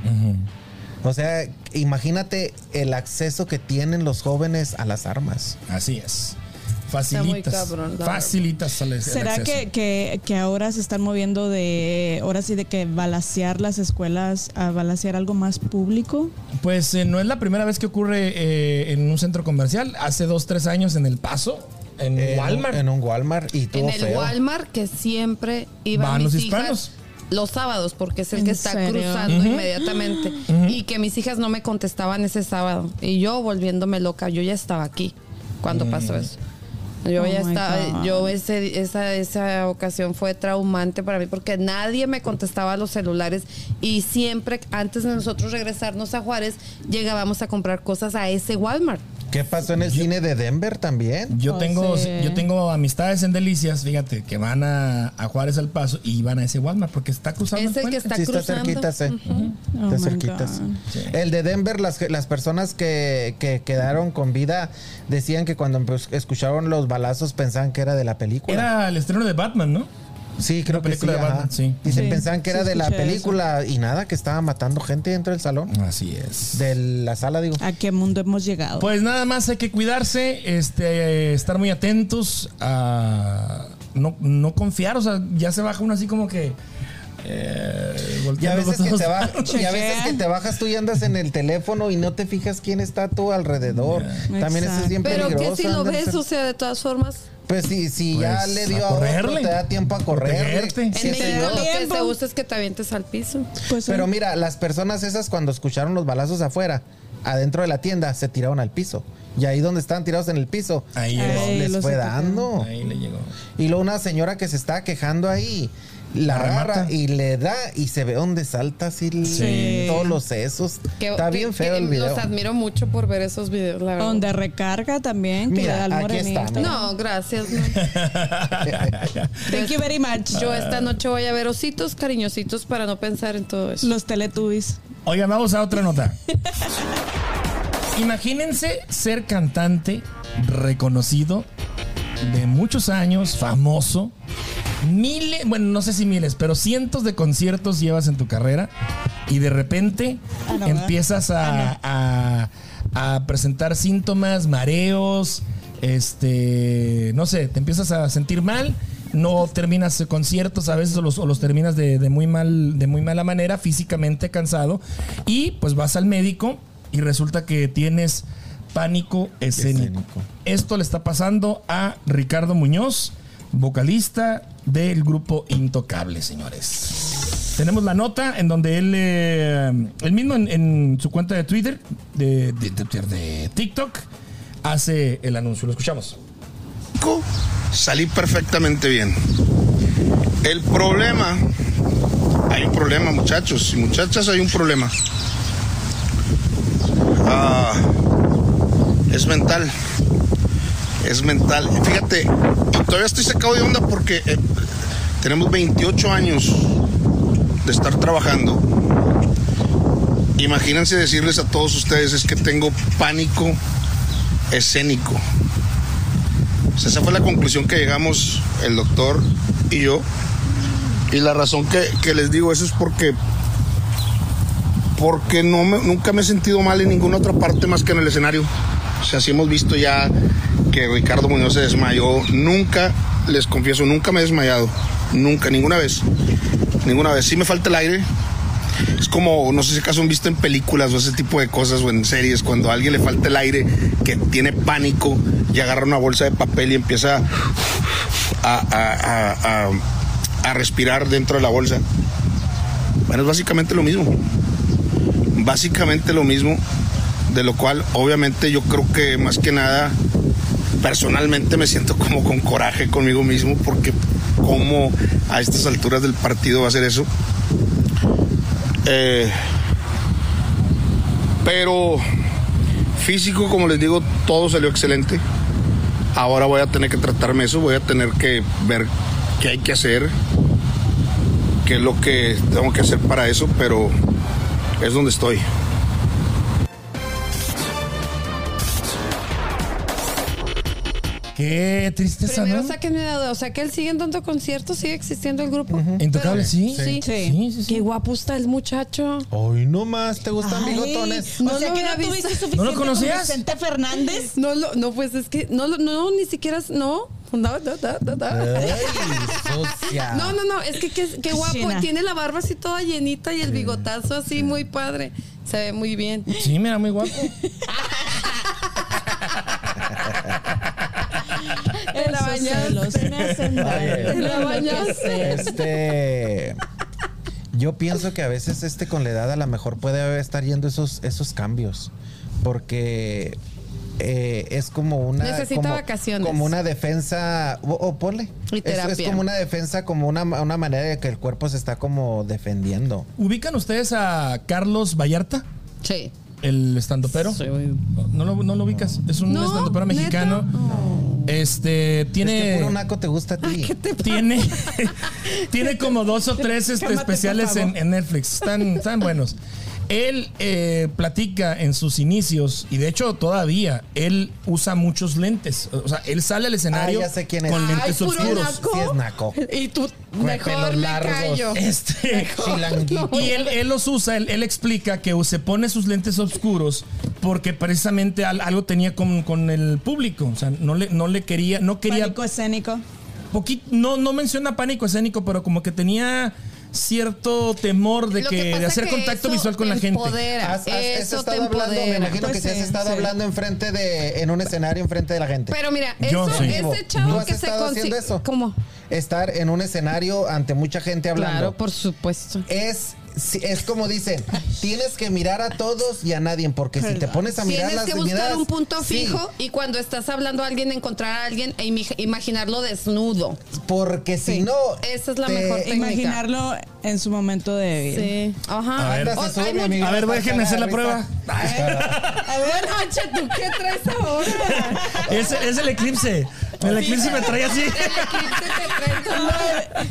B: O sea, imagínate el acceso que tienen los jóvenes a las armas.
A: Así es.
D: muy
A: Facilitas.
D: cabrón, la verdad.
A: facilitas el, el
C: ¿Será
A: acceso.
C: que, que, que ahora se están moviendo de, ahora sí, de que balasear las escuelas a balasear algo más público?
A: Pues eh, no es la primera vez que ocurre eh, en un centro comercial. Hace dos, tres años en El Paso, en
B: En-
A: Walmart.
B: En un Walmart y todo
D: en el
B: feo.
D: Walmart que siempre iban
A: Van
D: mis
A: los
D: hijas
A: hispanos.
D: los sábados porque es el
C: ¿En
D: que está
C: serio?
D: cruzando inmediatamente y que mis hijas no me
A: Mm.
D: contestaban ese sábado y yo volviéndome loca yo ya estaba aquí cuando pasó eso Yo
C: Oh
D: ya
C: my
D: estaba,
C: God.
D: yo ese, esa, esa ocasión fue traumante para mí porque nadie me contestaba a los celulares y siempre antes de nosotros regresarnos a Juárez llegábamos a comprar cosas a ese Walmart.
B: ¿Qué pasó en el cine de Denver también?
A: Yo
D: Oh,
C: O
A: tengo,
C: sea-
A: yo tengo amistades en Delicias, fíjate, que van a, a Juárez al Paso y van a ese Walmart porque está cruzando
D: Es
A: el
D: el que
A: puente.
D: está
B: Sí, está
D: cruzando.
B: cerquita, sí.
C: Oh
B: Está
C: my
B: cerquitas.
C: God.
A: Sí.
B: El de Denver, las, las personas que, que quedaron con vida decían que cuando pues, escucharon los balazos pensaban que era de la película.
A: Era el estreno de Batman, ¿no?
B: sí, creo
A: la
B: que sí.
A: película de
B: ajá.
A: Batman, sí.
B: Dicen,
C: Sí,
B: pensaban que
C: sí
B: era de la
C: escuché
B: película y nada, que estaba matando gente dentro del salón.
A: Así es.
B: De la sala, digo.
C: ¿A qué mundo hemos llegado?
A: Pues nada más hay que cuidarse, este, estar muy atentos, a no, no confiar, o sea, ya se baja uno así como que... Eh,
B: Y a
A: volteando
B: veces,
A: con
B: que te
A: todos.
B: ba- y a veces que te bajas tú y andas en el teléfono y no te fijas quién está a tu alrededor.
C: Yeah.
B: También eso es bien
D: Pero
B: peligroso.
D: que si lo
B: andar
D: ves,
B: cer-
D: o sea, de todas formas,
B: Pues si, si ya
A: Pues,
B: le
A: a
B: dio a, otro,
A: correrle.
B: te da tiempo a correr.
A: Protegerte. En
D: en
C: Sí,
D: México
C: señor.
D: lo que
C: Tiempo.
D: se usa es que te avientes al piso.
C: Pues,
B: Pero
C: eh,
B: mira, las personas esas cuando escucharon los balazos afuera, adentro de la tienda, se tiraron al piso. Y ahí donde estaban tirados en el piso,
A: Ahí
B: les,
A: llegó.
B: les
C: Ay, los
B: fue
C: etiquetaron.
B: dando.
A: Ahí le llegó.
B: Y luego una señora que se estaba quejando ahí, la
A: La remata.
B: agarra y le da y se ve donde salta así el-
C: Sí.
B: todos los sesos.
D: Que-
B: Está
D: que-
B: bien feo
D: que
B: el video.
D: Los admiro mucho por ver esos videos, la verdad.
C: donde recarga también, que
B: Mira,
C: le da al
B: aquí
C: morenito.
B: está, mira.
D: No, gracias. no.
C: Thank you very much.
D: Yo esta noche voy a ver ositos cariñositos para no pensar en todo eso.
C: Los Teletubbies.
A: Oigan, vamos a otra nota. Imagínense ser cantante reconocido de muchos años, famoso. Miles, bueno, no sé si miles, pero cientos de conciertos llevas en tu carrera y de repente
C: Ah, no, ¿verdad? Ah,
A: empiezas a, a- a presentar síntomas, mareos, este, no sé, te empiezas a sentir mal, no terminas conciertos a veces o los, o los terminas de, de muy mal, de muy mala manera, físicamente cansado y pues vas al médico y resulta que tienes pánico escénico.
B: Escénico.
A: Esto le está pasando a Ricardo Muñoz, vocalista del grupo Intocable, señores. Tenemos la nota en donde él, eh, él mismo en, en su cuenta de Twitter, de, de- de- de TikTok, hace el anuncio. Lo escuchamos.
F: médico, salí perfectamente bien. El problema, hay un problema muchachos y muchachas, hay un problema. Ah, es mental, es mental. Fíjate, todavía estoy sacado de onda porque eh, tenemos 28 años de estar trabajando. Imagínense decirles a todos ustedes es que tengo pánico escénico. Pues esa fue la conclusión que llegamos el doctor y yo. Y la razón que, que les digo eso es porque porque no me- nunca me he sentido mal en ninguna otra parte más que en el escenario. O sea, sí hemos visto ya que Ricardo Muñoz se desmayó. Nunca, les confieso, nunca me he desmayado. Nunca, ninguna vez. Ninguna vez. Sí me falta el aire. Es como, no sé si acaso han visto en películas o ese tipo de cosas o en series, cuando a alguien le falta el aire, que tiene pánico y agarra una bolsa de papel y empieza a, a- a- a- a respirar dentro de la bolsa. Bueno, es básicamente lo mismo. Básicamente lo mismo, de lo cual obviamente yo creo que más que nada, personalmente me siento como con coraje conmigo mismo, porque como a estas alturas del partido va a ser eso. Eh, pero físico, como les digo, todo salió excelente. Ahora voy a tener que tratarme eso, voy a tener que ver qué hay que hacer, qué es lo que tengo que hacer para eso, pero es donde estoy.
A: Qué tristeza,
D: Primero
A: ¿no?
D: sáquenme de duda, o sea que él sigue en tanto concierto, sigue existiendo el grupo.
A: Intocable, sí.
C: Sí.
D: Sí.
A: Sí, sí, sí.
D: Qué guapo está el muchacho.
B: Hoy no más, ¿te gustan
C: Ay,
B: bigotones?
D: No
C: o sea
D: lo
C: que no
D: había
C: tuviste
D: visto.
C: suficiente
A: ¿No lo conocías?
C: con Vicente Fernández.
D: No, lo- no, pues es que no, lo- no, ni siquiera, es- no, no, no, no, no, no.
B: Ay, sucia.
D: No, no, no, es que qué, qué guapo,
C: China.
D: tiene la barba así toda llenita y el bigotazo así muy padre, se ve muy bien.
A: Sí, mira, muy guapo.
D: Te la
C: Esos
D: bañaste.
C: celos me hacen daño,
B: Ay.
D: Te la
C: no lo que
D: bañaste.
C: sé.
B: Este. Yo pienso que a veces este con la edad a lo mejor puede estar yendo esos, esos cambios. Porque eh, es como una.
D: Necesita
B: como-
D: vacaciones.
B: Como una defensa. O, o ponle.
D: Y
B: Es- Es,
D: terapia.
B: como una defensa, como una, una manera de que el cuerpo se está como defendiendo.
A: ¿Ubican ustedes a Carlos Vallarta?
D: Sí.
A: El estandopero. No lo, no lo ubicas. Es un
D: No,
A: estandopero mexicano.
D: ¿neta?
A: Este
B: Es
A: tiene.
B: que puro naco te gusta a ti.
A: tiene, tiene como dos o tres este,
C: Cálmate,
A: especiales
C: por
A: en,
C: favor.
A: en Netflix. Están, están buenos. Él eh, platica en sus inicios, y de hecho todavía, él usa muchos lentes. O sea, él sale al escenario
B: Ah, ya sé quién es.
A: con
B: Ay,
A: lentes
D: puro
A: oscuros.
D: naco.
B: Sí es naco.
D: Y tú,
B: Con
D: mejor
B: pelos
D: me
B: largos.
D: callo.
A: Este,
B: Chilanguito.
A: y él, él los usa, él, él explica que se pone sus lentes oscuros porque precisamente al- algo tenía con, con el público. O sea, no le, no le quería, no quería
C: Pánico escénico.
B: Eh,
A: Poquit- no, no menciona pánico escénico, pero como que tenía cierto temor de,
D: Lo
A: que, de
D: pasa
A: hacer
D: que
A: contacto
D: eso
A: visual con la
D: te
A: gente.
D: empodera,
B: Has, has- has
D: eso te
B: estado hablando, me
D: empodera.
B: imagino
C: Pues
B: que sí,
C: sí,
B: has estado
C: sí.
B: hablando enfrente de, en un escenario enfrente de la gente.
D: Pero mira,
A: Yo
D: eso,
A: sí.
D: ese chavo
B: ¿Tú has
D: que se
B: estado haciendo
D: consigue.
B: eso?
D: ¿Cómo?
B: Estar en un escenario ante mucha gente hablando.
D: Claro, por supuesto.
B: es, si- es como dicen, tienes que mirar a todos y a nadie, porque si te pones a mirar
D: Tienes
B: las
D: que buscar
B: miradas-
D: un punto
B: sí,
D: fijo y cuando estás hablando a alguien, encontrar a alguien e imi- imaginarlo desnudo.
B: porque si
D: Sí,
B: no.
D: esa es la
B: te-
D: mejor técnica.
C: Imaginarlo en su momento de
D: Sí. Ajá.
A: A ver.
B: andas
D: O-
B: a subir,
D: hay
B: mi
D: mucho-
B: amiga,
A: A ver,
B: vas
A: déjenme hacer la
B: cagar de risa.
D: A ver, Ancha, ¿tú qué traes ahora?
A: Es, es el eclipse. El eclipse me trae así.
D: El eclipse te trae todo.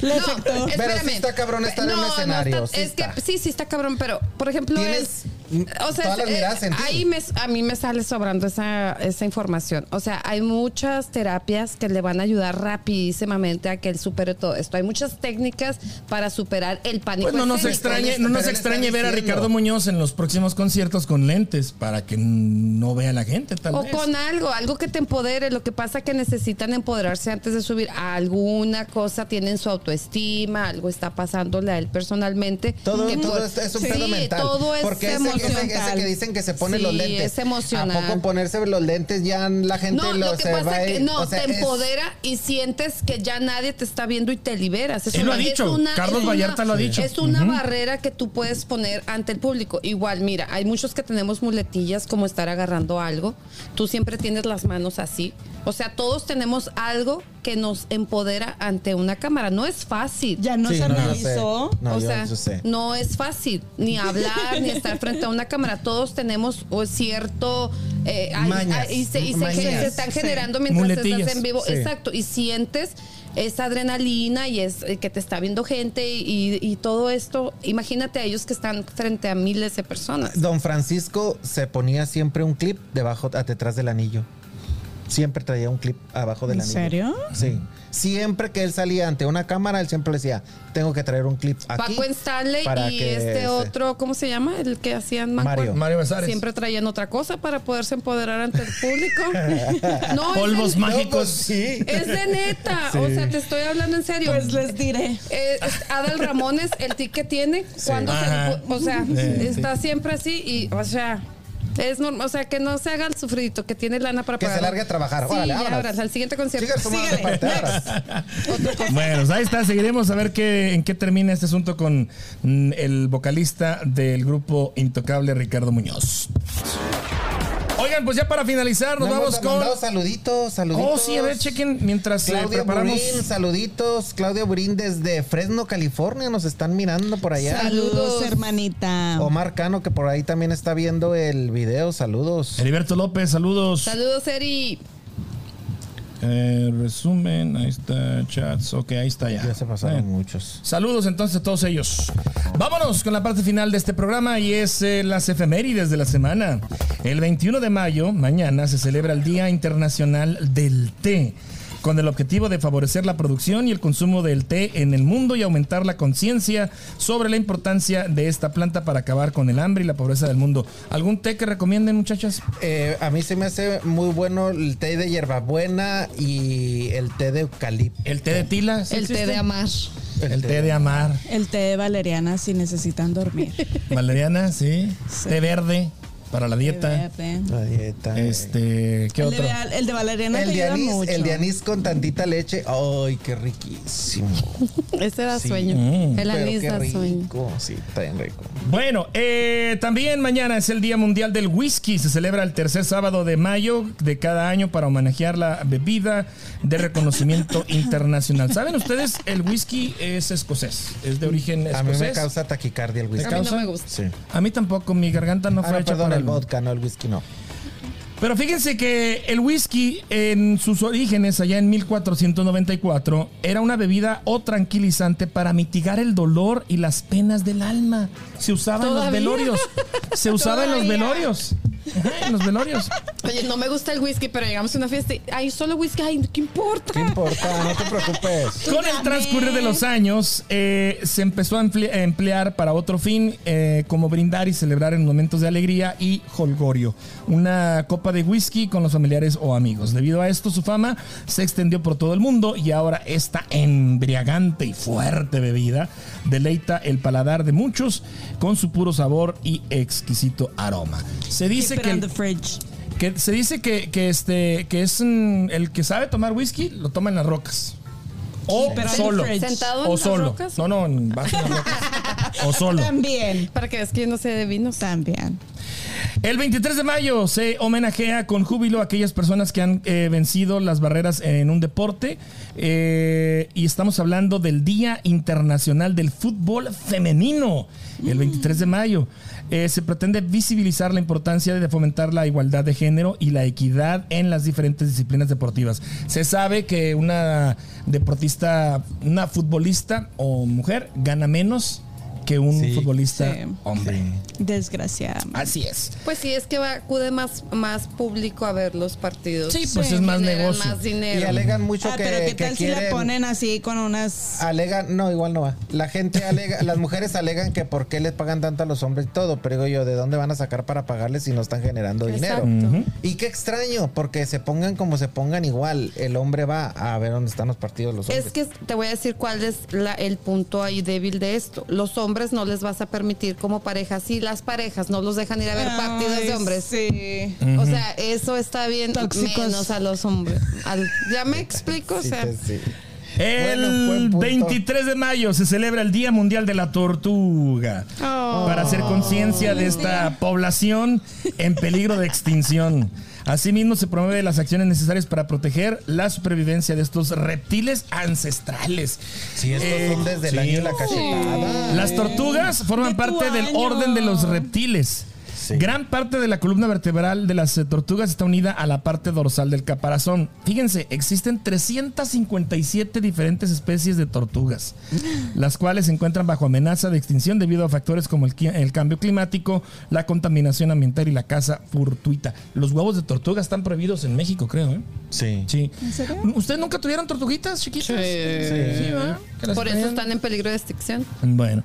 C: Le
D: No, eh,
C: afectó.
D: espérame.
B: Pero sí está cabrón estar en un
D: No, no está-
B: escenario, sí
D: es
B: está.
D: que sí, sí está cabrón, pero por ejemplo
B: Tienes, mm,
D: es, o sea,
B: todas las
D: es- eh,
B: miradas en ti.
D: ahí me, a mí me sale sobrando esa, esa información. O sea, hay muchas terapias que le van a ayudar rapidísimamente a que él supere todo esto. Hay muchas técnicas para superar el pánico.
A: Pues no nos
D: escénico.
A: extrañe, no
B: pero
A: nos
B: le
A: extrañe
B: están
A: ver a
B: diciendo.
A: Ricardo Muñoz en los próximos conciertos con lentes para que no vea la gente, tal
D: O
A: vez.
D: con algo, algo que te empodere. Lo que pasa que necesitan empoderarse antes de subir. Alguna cosa tienen su autoestima, algo está pasándole a él personalmente.
B: Todo,
D: que
B: todo
D: por-
B: es, es un
D: Sí,
B: pedo mental.
D: Todo es
B: Porque ese, ese-
D: emocional.
B: ese que dicen que se pone
D: Sí,
B: los lentes.
D: Es emocional.
B: ¿A poco ponerse los lentes ya la gente
D: no,
B: lo,
D: lo que
B: se va
D: pasa
B: a
D: es que
B: ir?
D: no,
B: O sea,
D: te
B: es-
D: empodera y sientes que ya nadie te está viendo y te liberas. Es
A: Él lo ha dicho, Carlos
D: es
A: Vallarta lo ha dicho.
D: Es una barrera que tú puedes poner ante el público. Igual, mira, hay muchos que tenemos muletillas como estar agarrando algo. Tú siempre tienes las manos así. O sea, todos tenemos algo que nos empodera ante una cámara. No es fácil.
C: Ya no
B: Sí,
C: se
B: no, yo
C: analizó.
B: sé. No,
D: o
B: yo-
D: sea,
B: yo sé.
D: no es fácil ni hablar ni estar frente a una cámara. Todos tenemos o cierto eh, ay,
B: Mañas.
D: ay, y se, y se-
B: Mañas.
D: se están
C: Sí.
D: generando mientras
A: Muletillas.
D: estás en vivo,
B: Sí.
D: exacto, y sientes esa adrenalina y es eh, que te está viendo gente y, y todo esto. Imagínate a ellos que están frente a miles de personas.
B: Don Francisco se ponía siempre un clip debajo, a detrás del anillo. Siempre traía un clip abajo del
C: ¿En
B: anillo.
C: serio?
B: Sí. Siempre que él salía ante una cámara, él siempre le decía, tengo que traer un clip aquí.
D: Paco Stanley
B: para
D: y
B: que
D: este otro, ¿cómo se llama? El que hacían mancuer-
B: Mario.
A: Mario Besares.
D: Siempre traían otra cosa para poderse empoderar ante el público. no, es
A: Polvos
D: en-
B: No,
A: mágicos.
B: pues, sí.
D: Es de neta, o sea, te estoy hablando en serio.
C: Pues les diré.
D: Eh, es- Adal Ramones, el tic que tiene, cuando se
A: Ajá.
D: le pu- o sea,
A: Sí,
D: está siempre así y, o sea, es normal, o sea, que no se haga el sufridito, que tiene lana para
B: Que se
D: pagar.
B: largue a trabajar.
D: Sí,
B: Órale,
D: ya,
B: vámonos.
D: ahora, al siguiente concierto.
B: Sigue su madre,
C: Síguele.
B: parte, ahora.
A: Bueno, pues ahí está. Seguiremos a ver qué, en qué termina este asunto con mm, el vocalista del grupo Intocable, Ricardo Muñoz. Oigan, pues ya para finalizar, nos
B: No hemos
A: vamos con.
B: mandado saluditos, saluditos.
A: Oh, sí, a ver, chequen mientras eh,
B: Claudia
A: preparamos.
B: Burín, saluditos. Claudia Burín desde Fresno, California. Nos están mirando por allá.
C: Saludos, hermanita.
B: Omar Cano, que por ahí también está viendo el video. Saludos.
A: Heriberto López, saludos.
D: Saludos, Eri.
A: Eh, resumen, ahí está, chats. Ok, ahí está ya.
B: Ya se pasaron
A: Eh,
B: muchos.
A: Saludos entonces a todos ellos. Vámonos con la parte final de este programa y es eh, las efemérides de la semana. El 21 de mayo, mañana, se celebra el Día Internacional del Té, con el objetivo de favorecer la producción y el consumo del té en el mundo y aumentar la conciencia sobre la importancia de esta planta para acabar con el hambre y la pobreza del mundo. ¿Algún té que recomienden, muchachas?
B: Eh, a mí se me hace muy bueno el té de hierbabuena y el té de eucalipto.
A: ¿El té de tila? ¿Sí
D: El té
A: existe?
D: de amar.
A: El, té de amar.
C: El té de valeriana si necesitan dormir.
A: Valeriana, sí. Té verde. para la dieta.
C: Fíjate.
B: La dieta.
A: Este, ¿qué
C: El de,
A: otro?
C: Val- el de Valeriana
B: El
C: te
B: de,
C: ayuda
B: anís,
C: mucho.
B: el de anís con tantita leche. Ay, qué riquísimo.
D: Ese da
B: Sí.
D: sueño.
A: Mm.
D: el
B: Pero
D: anís
B: qué
D: da sueño.
B: rico. Sí, está bien rico.
A: Bueno, eh, también mañana es el Día Mundial del Whisky. Se celebra el tercer sábado de mayo de cada año para homenajear la bebida de reconocimiento internacional. ¿Saben ustedes? El whisky es escocés. Es de origen
B: A mí
A: escocés.
B: me causa taquicardia el
A: ¿Te
B: whisky.
D: A mí
A: causa?
D: no me gusta.
B: Sí.
A: A mí tampoco, mi garganta no
B: Ah,
A: fue
B: no,
A: hecha
B: perdón,
A: para
B: el vodka, no, el whisky no.
A: Pero fíjense que el whisky en sus orígenes, allá en 1494, era una bebida o tranquilizante para mitigar el dolor y las penas del alma. Se usaba
D: ¿Todavía?
A: en los velorios. Se usaba en los
D: Todavía.
A: velorios. Ajá, En los velorios.
D: Oye, no me gusta el whisky, pero llegamos a una fiesta y hay solo whisky. Ay, ¿qué importa?
B: No importa, no te preocupes.
A: Con el transcurrir de los años, eh, se empezó a emple- a emplear para otro fin, eh, como brindar y celebrar en momentos de alegría y holgorio. Una copa de whisky con los familiares o amigos. Debido a esto, su fama se extendió por todo el mundo y ahora esta embriagante y fuerte bebida deleita el paladar de muchos con su puro sabor y exquisito aroma. Se dice
C: Keep it
A: que...
C: on
A: el-
C: the fridge.
A: que se dice que, que este que es mm, el que sabe tomar whisky lo toma en las rocas. O
C: pero
A: solo.
C: en el fridge.
D: ¿Sentado en
A: o
D: las
A: solo.
D: rocas?
A: No, no, en vas en las rocas. O solo.
C: También.
D: Para que veas que yo no sé de vinos.
C: También.
A: El 23 de mayo se homenajea con júbilo a aquellas personas que han eh, vencido las barreras en un deporte. eh, y estamos hablando del Día Internacional del Fútbol Femenino, el 23 de mayo. Eh, se pretende visibilizar la importancia de fomentar la igualdad de género y la equidad en las diferentes disciplinas deportivas. Se sabe que una deportista, una futbolista o mujer gana menos que un
B: Sí.
A: futbolista
C: Sí.
A: hombre.
C: Desgraciada.
A: Así es.
D: Pues sí, es que va, acude más, más público a ver los partidos.
A: Sí, pues es más
D: Generan
A: negocio.
D: Más
B: Y
D: dinero.
B: alegan mucho
C: Ah,
B: que,
C: pero ¿qué
B: que
C: tal si
B: quieren...
C: la ponen así con unas...
B: Alegan, no, igual no va. La gente alega, las mujeres alegan que por qué les pagan tanto a los hombres y todo, pero digo yo, ¿de dónde van a sacar para pagarles si no están generando
D: Exacto.
B: dinero? Y qué extraño, porque se pongan como se pongan igual, el hombre va a ver dónde están los partidos los hombres.
D: Es que te voy a decir cuál es la- el punto ahí débil de esto. Los hombres no les vas a permitir como pareja. Sí, las parejas no los dejan ir a ver partidos
C: Ay,
D: de hombres.
C: ah, Sí.
D: O sea, eso está bien
C: Tóxicos.
D: menos a los hombres. Al- ya me explico, o
B: Sí, pues. que
D: sea,
B: sí. Bueno,
A: El
B: buen punto.
A: 23 de mayo se celebra el Día Mundial de la Tortuga. Para hacer conciencia de esta población en peligro de extinción. Asimismo, se promueven las acciones necesarias para proteger la supervivencia de estos reptiles ancestrales.
B: Sí, estos
A: Eh,
B: son desde
A: sí.
B: el año de la cachetada.
A: Las tortugas
C: De
A: forman
C: tu
A: parte del
C: año.
A: orden de los reptiles.
B: Sí.
A: Gran parte de la columna vertebral de las eh, tortugas está unida a la parte dorsal del caparazón. Fíjense, existen 357 diferentes especies de tortugas, las cuales se encuentran bajo amenaza de extinción debido a factores como el, qui- el cambio climático, la contaminación ambiental y la caza fortuita. Los huevos de tortuga están prohibidos en México, creo, ¿eh?
B: Sí.
A: Sí.
C: serio?
A: ¿Ustedes nunca tuvieron tortuguitas chiquitas? Sí. ¿verdad? Que las
D: por eso
A: traían.
D: están en peligro de extinción.
A: Bueno.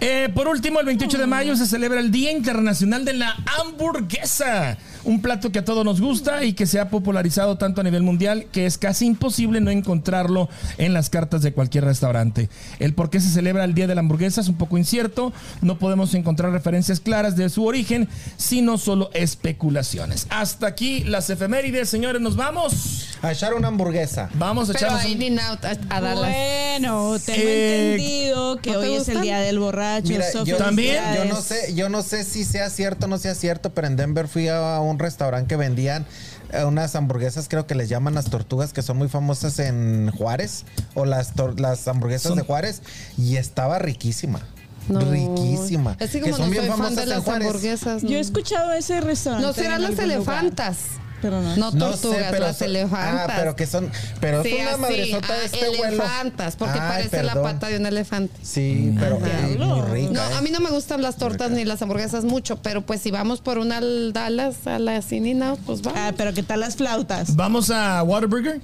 A: Eh, por último, el 28 de mayo se celebra el Día Internacional de la Hamburguesa, un plato que a todos nos gusta y que se ha popularizado tanto a nivel mundial que es casi imposible no encontrarlo en las cartas de cualquier restaurante. El por qué se celebra el Día de la Hamburguesa es un poco incierto, no podemos encontrar referencias claras de su origen, sino solo especulaciones. Hasta aquí las efemérides, señores, nos vamos.
B: A echar una hamburguesa.
A: Vamos a
D: Pero
A: echarnos
D: ahí
A: un-
D: in out a, a darlas.
C: Bueno, tengo
A: Eh,
C: entendido que
D: ¿no te
C: hoy es el
D: gustan?
C: día del borracho.
B: Mira, yo,
C: Sofía,
A: También.
B: yo
C: felicidades.
B: no sé, yo no sé si sea cierto o no sea cierto, pero en Denver fui a un restaurante que vendían eh, unas hamburguesas, creo que les llaman las tortugas, que son muy famosas en Juárez, o las, tor- las hamburguesas
A: Son-
B: de Juárez, y estaba riquísima.
D: No.
B: Riquísima.
D: Es que como no soy fan de las hamburguesas.
C: Yo he
D: no.
C: escuchado ese restaurante.
D: No serán
C: en
D: las
C: algún lugar,
D: elefantas.
C: pero no.
D: No
B: No
D: tortugas,
B: sé, pero
D: las
B: son-
D: elefantas.
B: Ah, pero que son. Pero
D: Sí,
B: es una
D: así,
B: madresota de
D: ah,
B: este vuelo.
D: elefantas, porque
B: Ay,
D: parece la
B: perdón.
D: pata de un elefante.
B: Sí, pero ay, muy rica.
D: No,
B: eh.
D: a mí no me gustan las tortas ni las hamburguesas mucho, pero pues si vamos por una al Dallas a la Cinina, pues vamos.
C: Ah, pero ¿qué tal las flautas?
A: Vamos a Waterburger.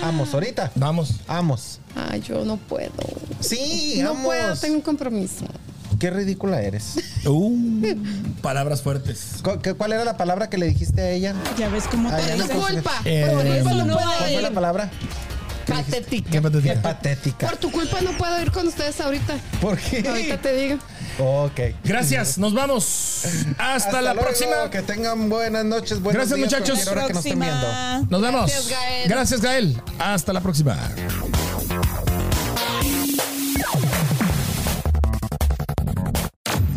B: Vamos, ¿eh? ahorita.
A: Vamos.
B: Vamos.
D: Ay, yo no puedo.
B: Sí,
D: No
B: vamos.
D: puedo, tengo un compromiso.
B: Qué ridícula eres.
A: Uh, palabras fuertes.
B: ¿Cu- qué- ¿Cuál era la palabra que le dijiste a ella?
C: Ya ves cómo
B: Ah,
C: te
B: ya
C: digo.
B: no-
D: Disculpa,
A: Eh,
D: por
C: Eso
D: eso
C: no
D: no
B: ¿Cuál
C: va a
D: puedo
B: fue
D: ir.
B: la palabra?
G: Qué
D: Patética.
B: Qué
G: patética.
B: patética.
D: Por tu culpa no puedo ir con ustedes ahorita.
B: ¿Por qué?
D: Ahorita te digo.
B: Ok.
A: Gracias, nos vamos. Hasta, la
B: luego,
A: próxima.
B: Que tengan buenas noches. buenos
A: Gracias,
B: días,
A: muchachos.
B: cualquier hora que nos estén viendo.
C: Próxima.
A: Nos vemos.
D: Gracias, Gael.
A: Gracias, Gael. Hasta la próxima.